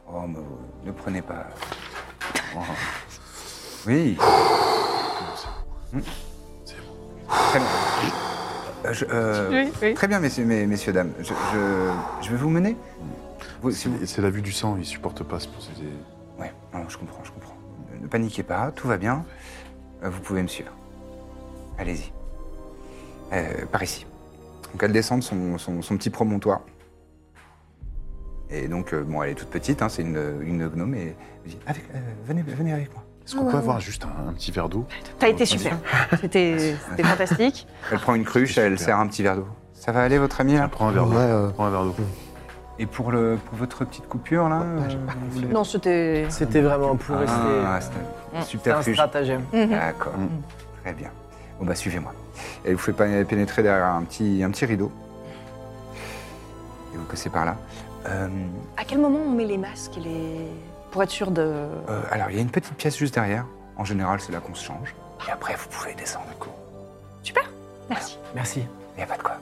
Oh, mais ne prenez pas. Oh. Oui. Hmm. Très bien. Euh, je- euh, Oui, oui. Très bien, messieurs, mes- messieurs, dames. Je, je- je vais vous mener. Vous- si vous- C'est c'est la vue du sang, il supporte pas. c'est pour ça que c'est- Ouais, non, je comprends, je comprends. Ne- Ne paniquez pas, tout va bien. Euh, Vous pouvez me suivre. Allez-y. Euh, par ici. Donc elle descend de son, son- son petit promontoire. Et donc, euh, bon, elle est toute petite, hein, c'est une, une gnome, et elle dit avec, euh, venez, venez avec moi. Est-ce qu'on peut avoir juste un, un petit verre d'eau T'as été super. C'était c'était fantastique. Elle prend une cruche, C'est elle super. sert un petit verre d'eau. Ça va aller, votre ami, là Prends un verre Ouais, d'eau. euh, Prends un verre d'eau. Et pour, le, pour votre petite coupure, là euh, vous voulez- Non, c'était. C'était vraiment pour rester. Ah, c'est un C'est un subterfuge. stratagème. Mm. D'accord. Très bien. Bon bah suivez-moi. Et vous faites pas- pénétrer derrière un petit, un petit rideau. Et vous passez par là. Euh, À quel moment on met les masques et les. Pour être sûr de. euh, alors il y a une petite pièce juste derrière. En général, c'est là qu'on se change. Et après, vous pouvez descendre. Super, merci. Merci. Il n'y a pas de quoi.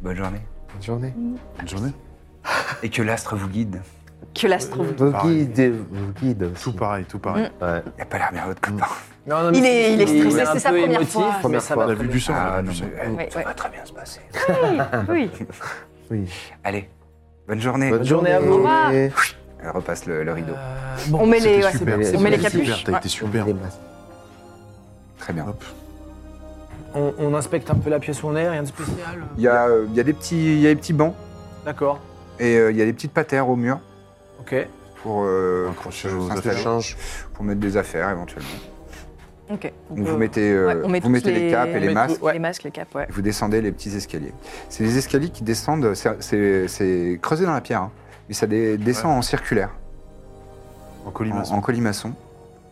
Bonne journée. Bonne journée. Bonne journée. Et que l'astre vous guide. Que l'astro. Vous Pareil. guidez, vous guide aussi. Tout pareil, tout pareil. Ouais. Il n'a pas l'air bien votre copain. Non, non, mais Il est, il est il stressé, un c'est sa peu première émotif, fois. Première mais ça fois. va On a très vu bien. du sang. on a Ah vu non, du sang. mais, euh, Ouais, Ça ouais. va très bien se passer. Oui, Oui. Allez, Eh, bonne journée. Bonne journée à vous. Elle repasse le, le rideau. Euh, on bon, met les, C'était ouais, super, on c'était met les super, capuches. T'as Ouais. été super. Des masques. Très bien. Hop. on, on inspecte un peu la pièce où on est, rien de spécial. Il y, a, euh, il y a des petits, il y a des petits bancs D'accord. et euh, il y a des petites patères au mur Ok. pour, euh, pour, Accrocher se- aux s'installer, Ça change. pour mettre des affaires éventuellement. ok. Donc vous Euh, mettez, euh, ouais, on met vous tous mettez les... les- capes on et les met masques. tout- ouais. Les masques, les capes, ouais. Et vous descendez les petits escaliers. C'est des escaliers qui descendent, c'est- c'est c'est creusé dans la pierre, hein. mais ça dé- descend en circulaire, En en- colimaçon. en, colimaçon.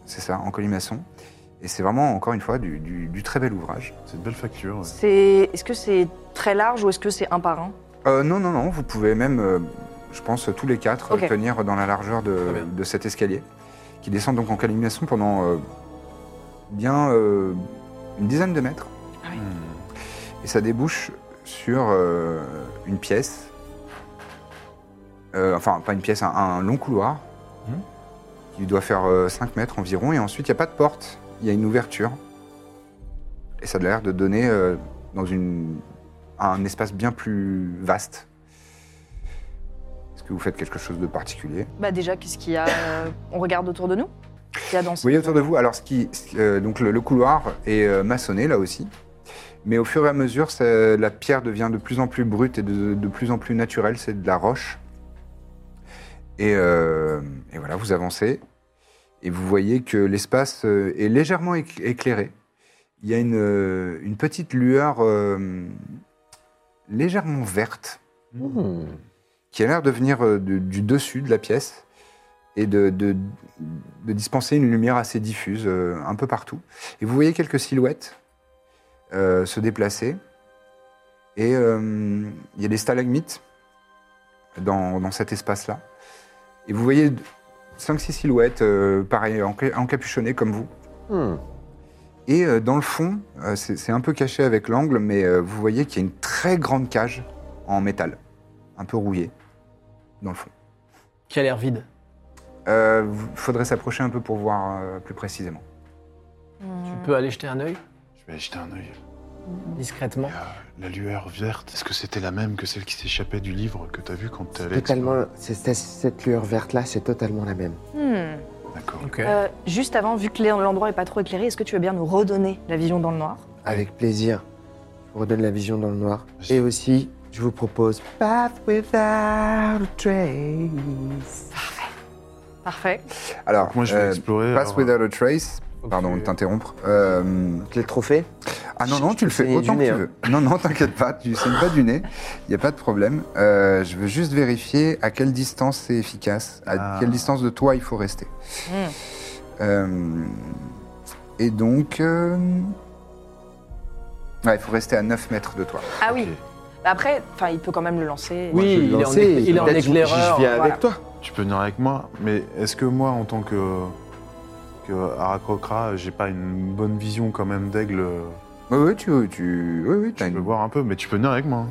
C'est ça, en colimaçon. Et c'est vraiment, encore une fois, du, du- du très bel ouvrage. C'est une belle facture. ouais. C'est, est-ce que c'est très large ou est-ce que c'est un par un Euh, non, non, non, vous pouvez même, euh, je pense, tous les quatre euh, Ok. tenir dans la largeur Très de, bien. de cet escalier, qui descend donc en colimaçon pendant euh, bien euh, une dizaine de mètres. Ah Hmm. Et ça débouche sur euh, une pièce. Euh, enfin, pas une pièce, un, un long couloir. Mhm. Qui doit faire 5 mètres environ. Et ensuite, il n'y a pas de porte. Il y a une ouverture. Et ça a l'air de donner euh, dans une, un espace bien plus vaste. Est-ce que vous faites quelque chose de particulier Bah déjà, qu'est-ce qu'il y a euh, On regarde autour de nous. Qu'est-ce qu'il y a dans ce- Vous voyez autour de vous, alors ce qui, ce- euh, donc le, le couloir est euh, maçonné là aussi, mais au fur et à mesure, ça- la pierre devient de plus en plus brute et de, de plus en plus naturelle, c'est de la roche. Et, euh, et voilà, vous avancez et vous voyez que l'espace euh, est légèrement éc- éclairé. Il y a une, euh, une petite lueur euh, légèrement verte Hmm. qui a l'air de venir euh, du, du dessus de la pièce et de, de- de dispenser une lumière assez diffuse euh, un peu partout. Et vous voyez quelques silhouettes euh, se déplacer. Et euh, il y a des stalagmites dans, dans cet espace-là. Et vous voyez 5-6 silhouettes, euh, pareil, enca- encapuchonnées comme vous. Hmm. Et euh, dans le fond, euh, c'est c'est un peu caché avec l'angle, mais euh, vous voyez qu'il y a une très grande cage en métal, un peu rouillée, dans le fond. Qui a l'air vide. Euh, vous- faudrait s'approcher un peu pour voir euh, plus précisément. Tu peux aller jeter un œil Je vais aller jeter un œil. discrètement. Et, Ah, euh, la lueur verte, est-ce que c'était la même que celle qui s'échappait du livre que t'as vu quand t'es allé Totalement. c'est- c'est- cette lueur verte là, c'est totalement la même. Hmm. explorer D'accord. Ok. Euh, juste avant, vu que l'endroit est pas trop éclairé, est-ce que tu veux bien nous redonner la vision dans le noir Avec plaisir. Je vous redonne la vision dans le noir. Vas-y. Et aussi, je vous propose Path Without a Trace. Parfait. Alors, Donc moi je vais euh, explorer. Pass alors, Without a Trace. Faut Pardon que de tu- t'interrompre. Euh, Les trophées ah non, Je- non, je tu le peux fais saigner autant du que nez, tu veux. hein. Non, non, t'inquiète pas, tu saignes pas du nez, il n'y a pas de problème. Euh, je veux juste vérifier à quelle distance c'est efficace, à Ah. quelle distance de toi il faut rester. Euh, et donc. euh, Ouais, il faut rester à 9 mètres de toi. Ah oui. Bah Après, enfin, il peut quand même le lancer. Oui, Je vais il est en lancer, éc- il est en peut-être je- éclaireur, Je viens voilà. avec toi. Tu peux venir avec moi, mais est-ce que moi en tant que, que Arakokra, j'ai pas une bonne vision quand même d'aigle Oui, oui, tu. tu... Oui, oui, Je t'as peux une- voir un peu, mais tu peux venir avec moi. hein.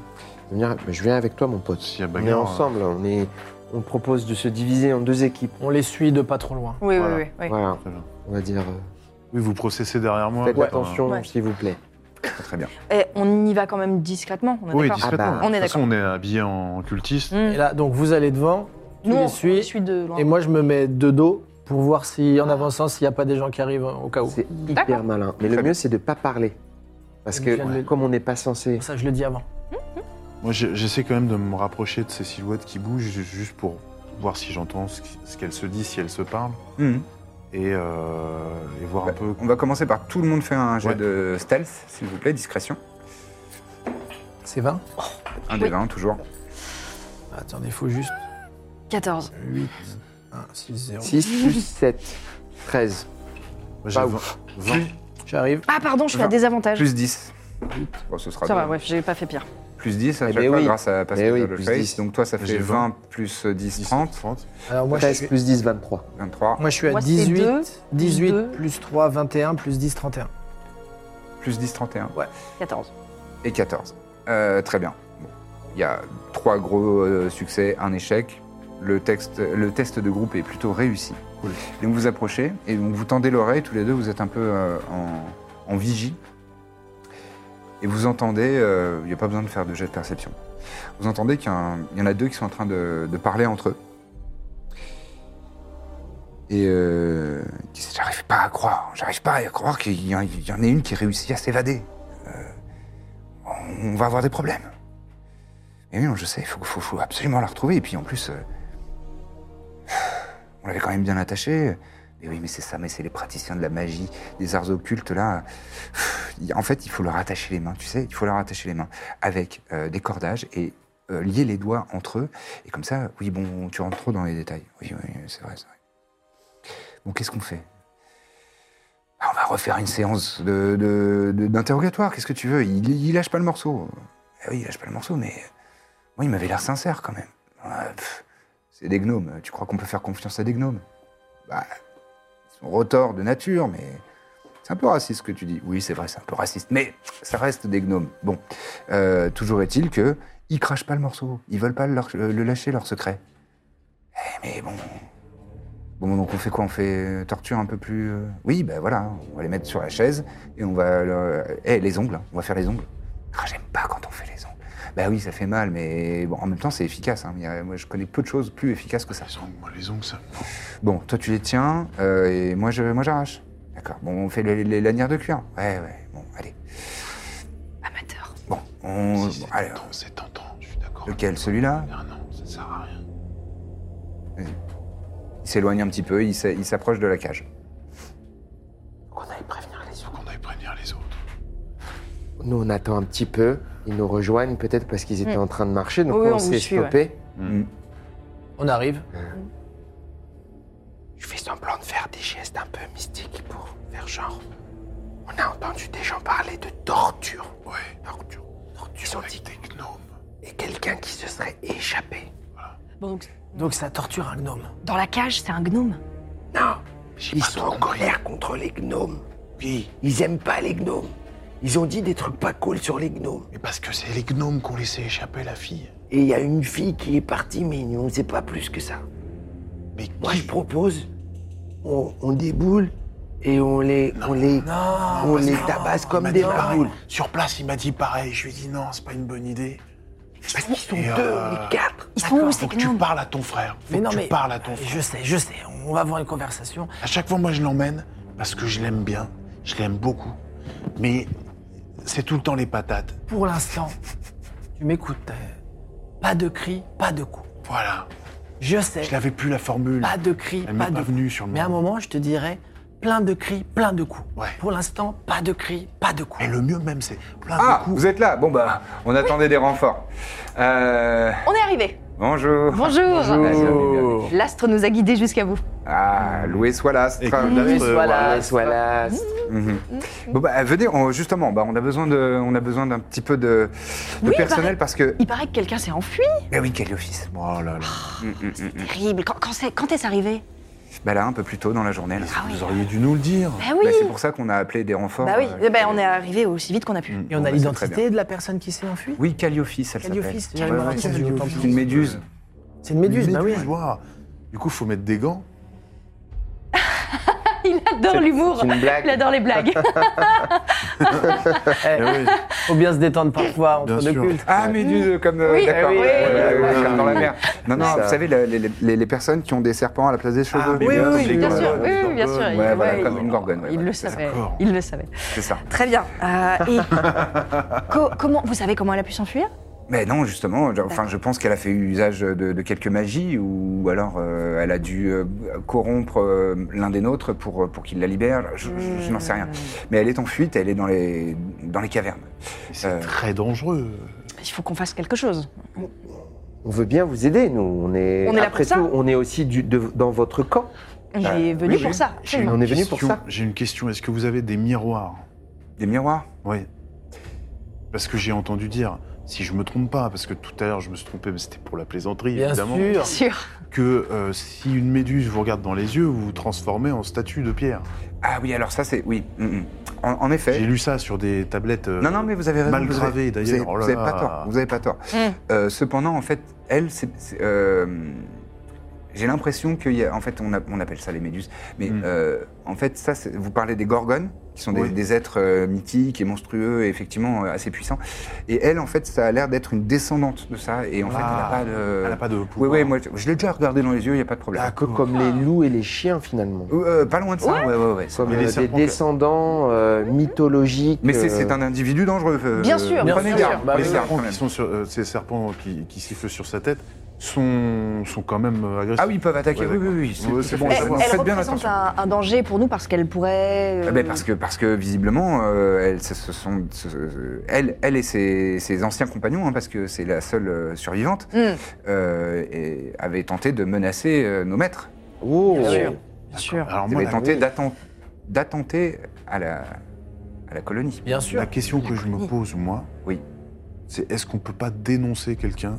Je viens- mais je viens avec toi, mon pote. S'il y a On est bagarre. euh, ensemble. On est. On propose de se diviser en deux équipes. On les suit de pas trop loin. Oui, Voilà. oui, oui, oui. Voilà. très bien. On va dire. euh, Oui, vous processez derrière moi. Faites mais, attention, Ouais. s'il vous plaît. Très bien. Et on y va quand même discrètement. On euh, est Oui, d'accord. discrètement. Ah bah, De on est toute façon, on est habillé en cultiste. Hmm. Et là, donc vous allez devant, tu Nous, on les on les suis, suit de loin. et moi je me mets de dos pour voir si en avançant s'il n'y a pas des gens qui arrivent euh, au cas où. C'est D'accord. hyper malin. Mais Très le bien. mieux, c'est de pas parler. Parce que, Je viens de- comme on n'est pas censé. Ça je le dis avant. Mm. Moi, j'ai- j'essaie quand même de me rapprocher de ces silhouettes qui bougent, ju- juste pour voir si j'entends ce qui- ce qu'elles se disent, si elles se parlent, Mhm. et, euh, et voir un peu. Bah, On va commencer par tout le monde fait un jet Ouais. de stealth, s'il vous plaît, discrétion. C'est 20 Un des 20, toujours. Ah, Attendez, il faut juste 14. 8, 1, 6, 0. 6 plus 7, 13. Moi, j'ai Pas 20 20. J'arrive. Ah, pardon, je suis à Vingt. désavantage. Plus 10. Bon, Oh, ce sera Ça de- va, ouais, j'ai pas fait pire. plus plus 10 à Eh chaque ben fois oui. grâce à Pascal Eh oui, Double plus Face. 10. Donc toi, ça fait J'ai 20 plus 10, 30, 30. Alors moi, je 13 suis, plus 10, 23. 23. moi, je suis à Moi, c'est 18, deux, 18 deux. plus 3, 21 plus 10, 31. Plus 10, 31. 14. Et 14. Euh, très bien. Bon. Il y a trois gros euh, succès, un échec. Le, texte, le test de groupe est plutôt réussi. Donc vous approchez et donc vous tendez l'oreille, tous les deux, vous êtes un peu euh, en, en vigie. Et vous entendez, euh, il n'y a pas besoin de faire de jet de perception. Vous entendez qu'il y, a un- il y en a deux qui sont en train de, de parler entre eux. Et euh, ils disent, j'arrive pas à croire, j'arrive pas à croire qu'il y, en- il y en ait une qui réussit à s'évader on va avoir des problèmes. Et oui, non, je sais, il faut, faut- faut absolument la retrouver. Et puis en plus, euh, on l'avait quand même bien attachée. Mais oui, mais c'est ça, mais c'est les praticiens de la magie, des arts occultes, là. Il y a- En fait, il faut leur attacher les mains, tu sais, il faut leur attacher les mains avec euh, des cordages et euh, lier les doigts entre eux. Et comme ça, oui, bon, tu rentres trop dans les détails. Oui, oui, c'est vrai, c'est vrai. Bon, qu'est-ce qu'on fait ah, on va refaire une séance de- de- de- d'interrogatoire, qu'est-ce que tu veux il, il lâche pas le morceau. Eh oui, il lâche pas le morceau, mais moi, il m'avait l'air sincère quand même. Ah, pff, C'est des gnomes, tu crois qu'on peut faire confiance à des gnomes Bah, ils sont retors de nature, mais c'est un peu raciste ce que tu dis. Oui, c'est vrai, c'est un peu raciste, mais ça reste des gnomes. Bon, euh, toujours est-il que ils crachent pas le morceau, ils veulent pas leur- le lâcher, leur secret. Eh, mais bon, Bon, donc on fait quoi On fait torture un peu plus. euh, Oui, ben voilà, on va les mettre sur la chaise et on va. leur- Eh, les ongles, hein, on va faire les ongles. Ah, j'aime pas quand on fait les ongles. Bah oui, ça fait mal, mais bon, en même temps, c'est efficace. hein. Il y a- Moi, je connais peu de choses plus efficaces que ça. Les ongles, moi, les ongles, ça. Bon, toi, tu les tiens euh, et moi, je, moi, j'arrache. D'accord. Bon, on fait les, les lanières de cuir. Ouais, ouais. Bon, allez. Amateur. Bon, on. Si, bon, c'est allez. tentant, c'est tentant, je suis d'accord. Lequel Celui-là Ah non, ça sert à rien. Il s'éloigne un petit peu, il s'a- il s'approche de la cage. Qu'on aille prévenir les Faut autres. qu'on aille prévenir les autres. Nous, on attend un petit peu. Ils nous rejoignent peut-être parce qu'ils étaient Mm. en train de marcher, donc Oui, nous, on on vous s'est suit, ouais. stoppé. On arrive. Je fais semblant de faire des gestes un peu mystiques pour faire genre. On a entendu des gens parler de torture. Ouais, Torture. Torture. Ils ont dit avec des gnomes. et quelqu'un qui se serait échappé. Bon, donc, Donc ça torture un gnome. dans la cage, c'est un gnome. Non, ils sont en colère contre les gnomes. Oui. Ils aiment pas les gnomes. Ils ont dit des trucs pas cool sur les gnomes. Mais parce que c'est les gnomes qu'on laissait échapper la fille. Et il y a une fille qui est partie, mais on ne sait pas plus que ça. Mais Moi, qui je propose, on, on déboule et on les, on les, on les tabasse Il comme m'a des dit pareil. baboules. Sur place, il m'a dit pareil. Je lui ai dit non, c'est pas une bonne idée. Parce qu'ils sont Et, deux, euh, on est quatre. Ils sont où ces Faut que tu gnomes parles à ton frère. Faut que tu parles à ton frère. Je sais, je sais. On va avoir une conversation. À chaque fois, moi, je l'emmène parce que je l'aime bien. Je l'aime beaucoup. Mais c'est tout le temps les patates. Pour l'instant, tu m'écoutes. t'as- Pas de cris, pas de coups. Voilà. Je sais. Je n'avais plus la formule. Pas de cris, Elle m'est pas de pas coups. venue sur le Mais à un moment. moment, je te dirais plein de cris, plein de coups. Ouais. Pour l'instant, pas de cris, pas de coups. Et Oh. le mieux même, c'est plein Ah, de coups. vous êtes là Bon, bah, on attendait des renforts. Euh, On est arrivé. Bonjour. Bonjour. Ah, bienvenue, bienvenue. L'astre nous a guidés jusqu'à vous. Ah, loué soit l'astre. Et que l'astre, Soit là, Soit là, Mhm. Bon bah venez, on- justement, bah, on a besoin de, on a besoin d'un petit peu de, de Oui, personnel pareil. parce que. Il paraît que quelqu'un s'est enfui. Ah oui, quel office. Oh là là. Terrible. Quand, quand c'est- quand est-ce arrivé Bah là, un peu plus tôt dans la journée. là. Ah Vous auriez dû nous le dire. Bah Ah oui. Bah, c'est pour ça qu'on a appelé des renforts. Bah oui. euh, Eh ben, on est arrivé aussi vite qu'on a pu. Et on Bon, a bah, c'est très l'identité de la personne qui s'est enfuie Oui, Calliophis, elle s'appelle. Calliophis, j'arrive à me rappeler, j'ai autant de C'est temps. une méduse. C'est une méduse, Une bah oui. méduse, waouh. Du coup, faut mettre des gants. Il adore l'humour. c'est une blague. Il adore les blagues. Eh, Ah oui. Faut bien se détendre parfois entre Bien deux sûr. cultes. Ah, méduse, comme. euh, Oui. D'accord. Eh oui. Euh, Oui. comme dans la mer. Non, non, ça. vous savez, la- les, les- les personnes qui ont des serpents à la place des cheveux. mais Oui, bien oui, sûr, oui, Bien Voilà, sûr, une oui, oui, bien sûr. gorgone. Il- Ouais, voilà, ouais, comme il- une gorgone. ouais, il voilà, le c'est ça, savait. d'accord. Il le savait. C'est ça. Très bien. Euh, et co- comment vous savez comment elle a pu s'enfuir Mais non, justement, je- enfin, je pense qu'elle a fait usage de, de quelques magies, ou alors euh, elle a dû euh, corrompre euh, l'un des nôtres pour, pour qu'il la libère, je, je- je n'en sais rien. Mais elle est en fuite, elle est dans les, dans les cavernes. C'est Euh. très dangereux. Il faut qu'on fasse quelque chose. on veut bien vous aider, nous. On est, On est là après pour ça. tout, on est aussi du- de- dans votre camp. On Bah, est venu oui, pour oui. ça. J'ai absolument. on est venu pour Question- ça. J'ai une question. Est-ce que vous avez des miroirs Des miroirs Oui. Parce que j'ai entendu dire, si je me trompe pas, parce que tout à l'heure je me suis trompé, mais c'était pour la plaisanterie, Bien évidemment, sûr. sûr. que euh, si une méduse vous regarde dans les yeux, vous vous transformez en statue de pierre. Ah oui, alors ça, c'est. Oui. mm, mm. En, en J'ai effet. lu ça sur des tablettes. euh, Non, non, mais vous avez raison. Mal vous avez- gravé, vous d'ailleurs. avez- Oh Vous là n'avez là. pas tort. Vous avez pas tort. Mm. Euh, cependant, en fait, elle, c'est. c'est, euh, J'ai l'impression qu'il y a. En fait, on, a- on appelle ça les méduses. Mais Mm. euh, en fait, ça, c'est- vous parlez des gorgones, qui sont des, Oui. des êtres euh, mythiques et monstrueux et effectivement euh, assez puissants. Et elle, en fait, ça a l'air d'être une descendante de ça. Et en fait, elle n'a Ah. pas de. Elle n'a pas de Oui, pouvoir. oui, moi, je- je l'ai déjà regardé dans les yeux, il n'y a pas de problème. Un peu comme Ah. les loups et les chiens, finalement. Euh, pas loin de ça, ouais, ouais, ouais. Comme Et les euh, des serpents que- descendants euh, Mhm. mythologiques. Mais c'est- euh, c'est un individu dangereux. euh, Bien sûr, prenez bien sûr. garde, Bah Ah, Les prenez garde, oui, serpents quand qui même. sont sur, euh, ces serpents qui, qui sifflent sur sa tête sont, sont quand même euh, agressifs. Ah oui, ils peuvent attaquer. oui, Ouais, oui, d'accord. oui. tout Ouais, c'est à bon, fait- ça Elle, va. Faites elle bien représente attention. un, un danger pour nous parce qu'elle pourrait. euh, Eh ben, parce que parce que visiblement, euh, elle, ce- ce sont, ce- ce- elle, elle et ses, ses anciens compagnons, hein, parce que c'est la seule euh, survivante, Hmm. Mm. euh, et avaient tenté de menacer euh, nos maîtres. Oh. Bien sûr. Bien sûr. Alors Ils moi, avaient la, tenté d'atten- d'attenter à la à la colonie. Bien la sûr. question que je me pose, moi, Oui. c'est est-ce qu'on peut pas dénoncer quelqu'un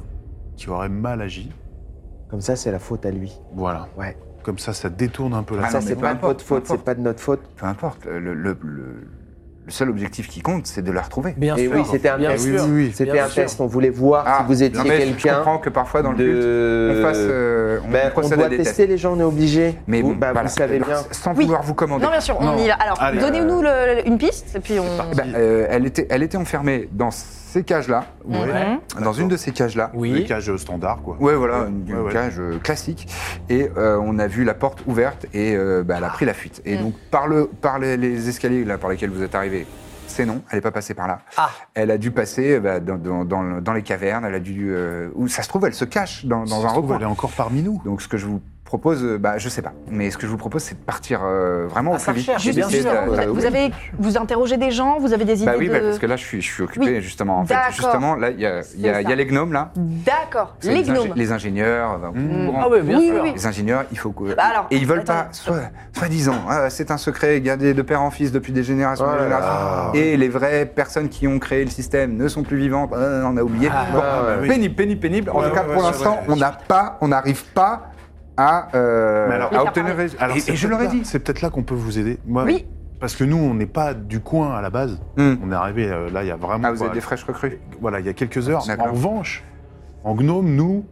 qui aurait mal agi Comme ça, c'est la faute à lui. Voilà. Ouais. Comme ça, ça détourne un peu la Ah ça, non, mais c'est peu pas de importe, votre peu faute, c'est importe. pas de notre faute. Peu importe. Le, le- le- le seul objectif qui compte, c'est de la retrouver. Bien Et sûr. oui, c'était un bien test. sûr. oui, oui. C'était Bien un sûr. test. On voulait voir si vous étiez Ah, non, mais je- Je quelqu'un. comprends que parfois dans le but, de... on fasse, euh, on Ben, on, procède à doit des tester tests. les gens, on est obligé. Mais vous, bon, bah, voilà. vous savez bien. Sans Oui. pouvoir vous commander. Non, bien sûr, on Non. y va. Alors, euh, Allez, donnez-nous le- une piste et puis on. Bah, euh, elle, était, elle était enfermée dans ces cages-là, Ouais. dans une de ces cages-là. Les Oui. cages standards, quoi. Ouais, voilà, une, une Ouais, ouais. cage euh, classique. Et euh, on a vu la porte ouverte et euh, bah, elle a pris la fuite. Mm. Et donc, par, le, par les, les escaliers là, par lesquels vous êtes arrivé, c'est non, elle n'est pas passée par là. Ah. Elle a dû passer euh, bah, dans, dans- dans le- dans les cavernes, elle a dû. euh, où ça se trouve, elle se cache dans, Ça dans se un trouve, recoin. Elle est encore parmi nous. Donc, ce que je vous propose, euh, bah, je sais pas. Mais ce que je vous propose, c'est de partir euh, vraiment au sa plus vite. recherche, Et Juste, bien d'essayer justement, de- vous, bah, vous oui. avez vous interrogez des gens, vous avez des idées Bah oui, de. bah, parce que là, je suis, je suis occupé, Oui. justement. En fait, D'accord. justement, là, il y a, il y a- C'est il y a ça. les gnomes, là. D'accord, C'est les ingé- gnomes. les ingénieurs. enfin, Mmh. courant. Ah oui, bien Oui, sûr. oui, oui. Les ingénieurs, il faut que. Bah alors, et ils veulent pas, attendez. soit, soit disant, Ah, c'est un secret gardé de père en fils depuis des générations. Oh des là générations. là. Et les vraies personnes qui ont créé le système ne sont plus vivantes. Ah, on a oublié. Bon, ouais, bah oui. Pénible, pénible, pénible. En Ouais, tout cas, ouais, pour ouais, l'instant, c'est on vrai. n'a pas, on n'arrive pas à, euh, Mais alors- à Les obtenir. faire les- et, et je leur ai dit. C'est peut-être là qu'on peut vous aider. Moi, Oui. Parce que nous, on n'est pas du coin à la base. Hmm. On est arrivé euh, là, il y a vraiment. Ah, vous quoi, êtes des fraîches recrues. Voilà, il y a quelques heures. D'accord. En revanche, en gnome, nous,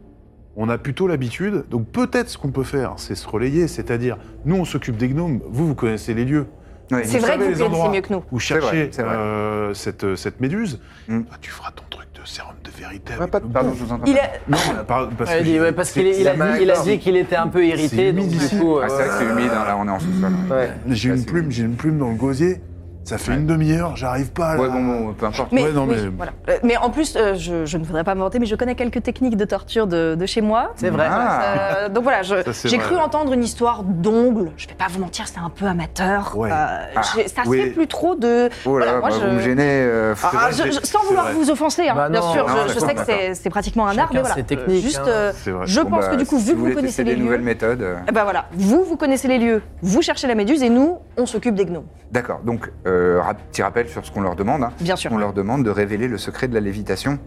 on a plutôt l'habitude. Donc peut-être ce qu'on peut faire, c'est se relayer, c'est-à-dire, nous, on s'occupe des gnomes. Vous, vous connaissez les lieux. Ouais. C'est vrai que vous savez les connaissez endroits. mieux que nous. Où C'est vrai, chercher c'est vrai. euh, cette, cette méduse. Hmm. Toi, tu feras ton truc de sérum de vérité. Ouais, avec pas de- nous. Pardon, je vous entends. Il pas. a- Non, par- parce Ouais, que Ah, il dit- j'ai- ouais, parce qu'il c'est- il a, c'est dit- il a mal. dit qu'il était un peu irrité, C'est donc du humide. coup. Ah, c'est vrai euh, que c'est humide, hein, là, on est en sous-sol. Ouais. J'ai Ouais, une Ah, c'est- plume, j'ai une plume dans le gosier. Ça fait Ouais. une demi-heure, j'arrive pas. à la- Ouais, bon, bon, peu importe. Mais, Ouais, non, oui, mais- voilà. Euh, mais en plus, euh, je, je ne voudrais pas m'inventer, mais je connais quelques techniques de torture de, de chez moi. C'est vrai. Ah. Euh, donc voilà, je- Ça, c'est j'ai vrai. cru entendre une histoire d'ongle. Je vais pas vous mentir, c'est un peu amateur. Ouais. Euh, Ah, j'ai- ça se oui. fait plus trop de. Oh là, Voilà, moi, bah, je- vous me gênez. euh, Ah, je- je- sans c'est vouloir vrai. vous offenser, hein, Bah bien non, sûr, Ah, non, je, je d'accord, sais que c'est- c'est pratiquement un art, Chacun mais voilà. ses techniques, juste, hein. euh, C'est vrai. je Bon, pense bah, que du coup, si vu que vous vous voulez tester connaissez les des lieux, nouvelles méthodes. euh, eh ben voilà, vous vous connaissez les lieux, vous cherchez la méduse et nous, on s'occupe des gnomes, D'accord, donc euh, rap- petit rappel sur ce qu'on leur demande. hein. bien sûr. On leur demande de révéler le secret de la lévitation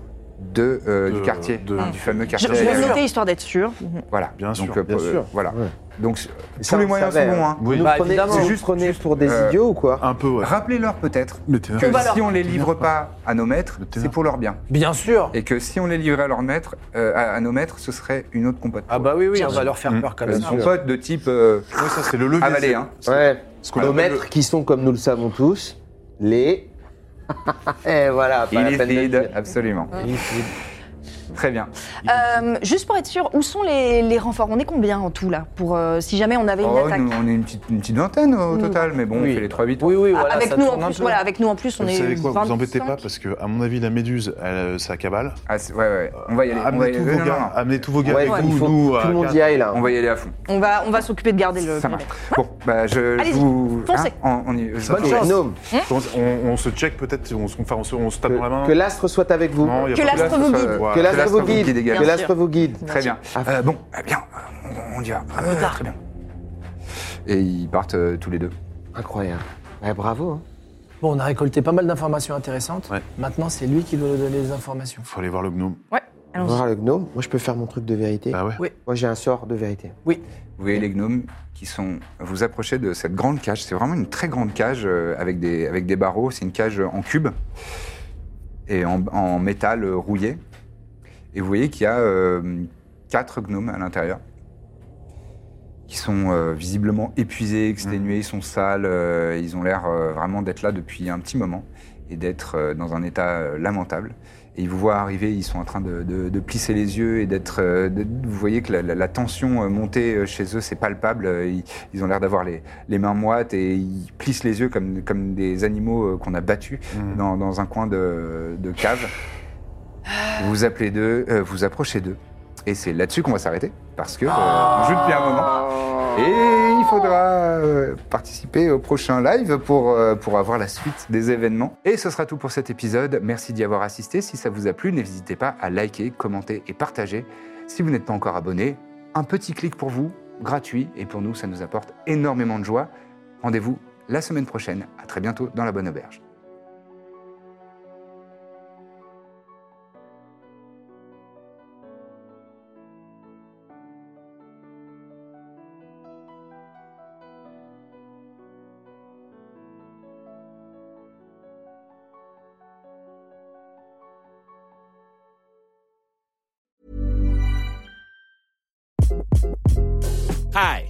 de, euh, De- du quartier, de- du fameux Je, quartier. je vais Euh, le noter histoire d'être sûr. Voilà. Bien Donc, sûr, euh, bien euh, sûr. Voilà. Ouais. Donc s- Ça, tous les on moyens savait, sont bons. hein. Oui. Vous Bah, prenez, évidemment. vous Juste- prenez juste, pour des euh, idiots ou quoi Un peu, ouais. Rappelez-leur peut-être Mais t'es- que On va leur- si on les livre pas à nos maîtres, Le terrain. c'est pour leur bien. Bien sûr. Et que si on les livrait à, leur maître, euh, à, à nos maîtres, ce serait une autre compote. Ah bah oui, oui, Bien on va leur faire Mmh. peur quand Euh, même. son pote de type euh, Ouais, ça, c'est le levier. avalé. Hein. c'est- Ouais. ce qu'on Nos appelle maîtres qui sont, comme nous le savons tous, les. Et Eh, voilà, pas la Il est peine de le vide, dire. absolument. Très bien. Euh, juste pour être sûr, où sont les, les renforts On est combien en tout là Pour euh, si jamais on avait une Oh, attaque nous, on est une petite, une petite vingtaine au Oui. total, mais bon, Oui. on fait les hein. 3-8. Oui, oui, Ah, voilà. avec ça nous tourne en un plus, peu. voilà, avec nous en plus, on Vous est. savez quoi, vous 25. embêtez pas parce que, à mon avis, la méduse, elle, euh, ça cabale. Ah, c'est- ouais, ouais, on va y aller. on va Amenez y tous aller. vos Non, gars, non, non. amenez tous vos gars Ouais, avec il vous, faut nous. que tout à le monde quatre. y aille là. On va y aller à fond. On va, on va s'occuper de garder le. Ça marche. Bon, bah je, je Allez-y, vous. foncez. hein, on, on y- je- Bonne chance. Gnome, On, on se check peut-être, on, se- enfin, on, se- on se tape dans la que, main. que l'astre soit avec vous. Non, il y a Que pas de- l'astre vous guide. Voilà. que l'astre l'astre vous vous guide, guide. dégage. Que l'astre vous guide. Très bien. Ah. Euh, bon, eh bien, on, on y va. Euh, très bien. Et ils partent euh, tous les deux. Incroyable. Ouais, bravo. hein. Bon, on a récolté pas mal d'informations intéressantes. Ouais. Maintenant, c'est lui qui doit nous donner les informations. Faut aller voir le gnome. On va voir le gnome. Moi, je peux faire mon truc de vérité. Bah ouais. Oui. Moi, j'ai un sort de vérité. Vous voyez les gnomes qui sont. Vous approchez de cette grande cage. C'est vraiment une très grande cage euh, avec des, avec des barreaux. C'est une cage en cube et en, en métal euh, rouillé. Et vous voyez qu'il y a euh, quatre gnomes à l'intérieur qui sont euh, visiblement épuisés, exténués, ils sont sales. euh, ils ont l'air euh, vraiment d'être là depuis un petit moment et d'être euh, dans un état euh, lamentable. Et ils vous voient arriver, ils sont en train de, de- de plisser les yeux et d'être. euh, de- vous voyez que la, la- la tension euh, montée euh, chez eux, c'est palpable. euh, Ils, ils ont l'air d'avoir les, les mains moites et ils plissent les yeux comme, comme des animaux euh, qu'on a battus dans, dans un coin de, de cave. Vous vous appelez d'eux, euh, vous approchez d'eux. Et c'est là-dessus qu'on va s'arrêter parce que euh, on joue depuis un moment. Et il faudra euh, participer au prochain live pour, euh, pour avoir la suite des événements. Et ce sera tout pour cet épisode. Merci d'y avoir assisté. Si ça vous a plu, n'hésitez pas à liker, commenter et partager. Si vous n'êtes pas encore abonné, un petit clic pour vous, gratuit. Et pour nous, ça nous apporte énormément de joie. Rendez-vous la semaine prochaine. À très bientôt dans la bonne auberge. Hi,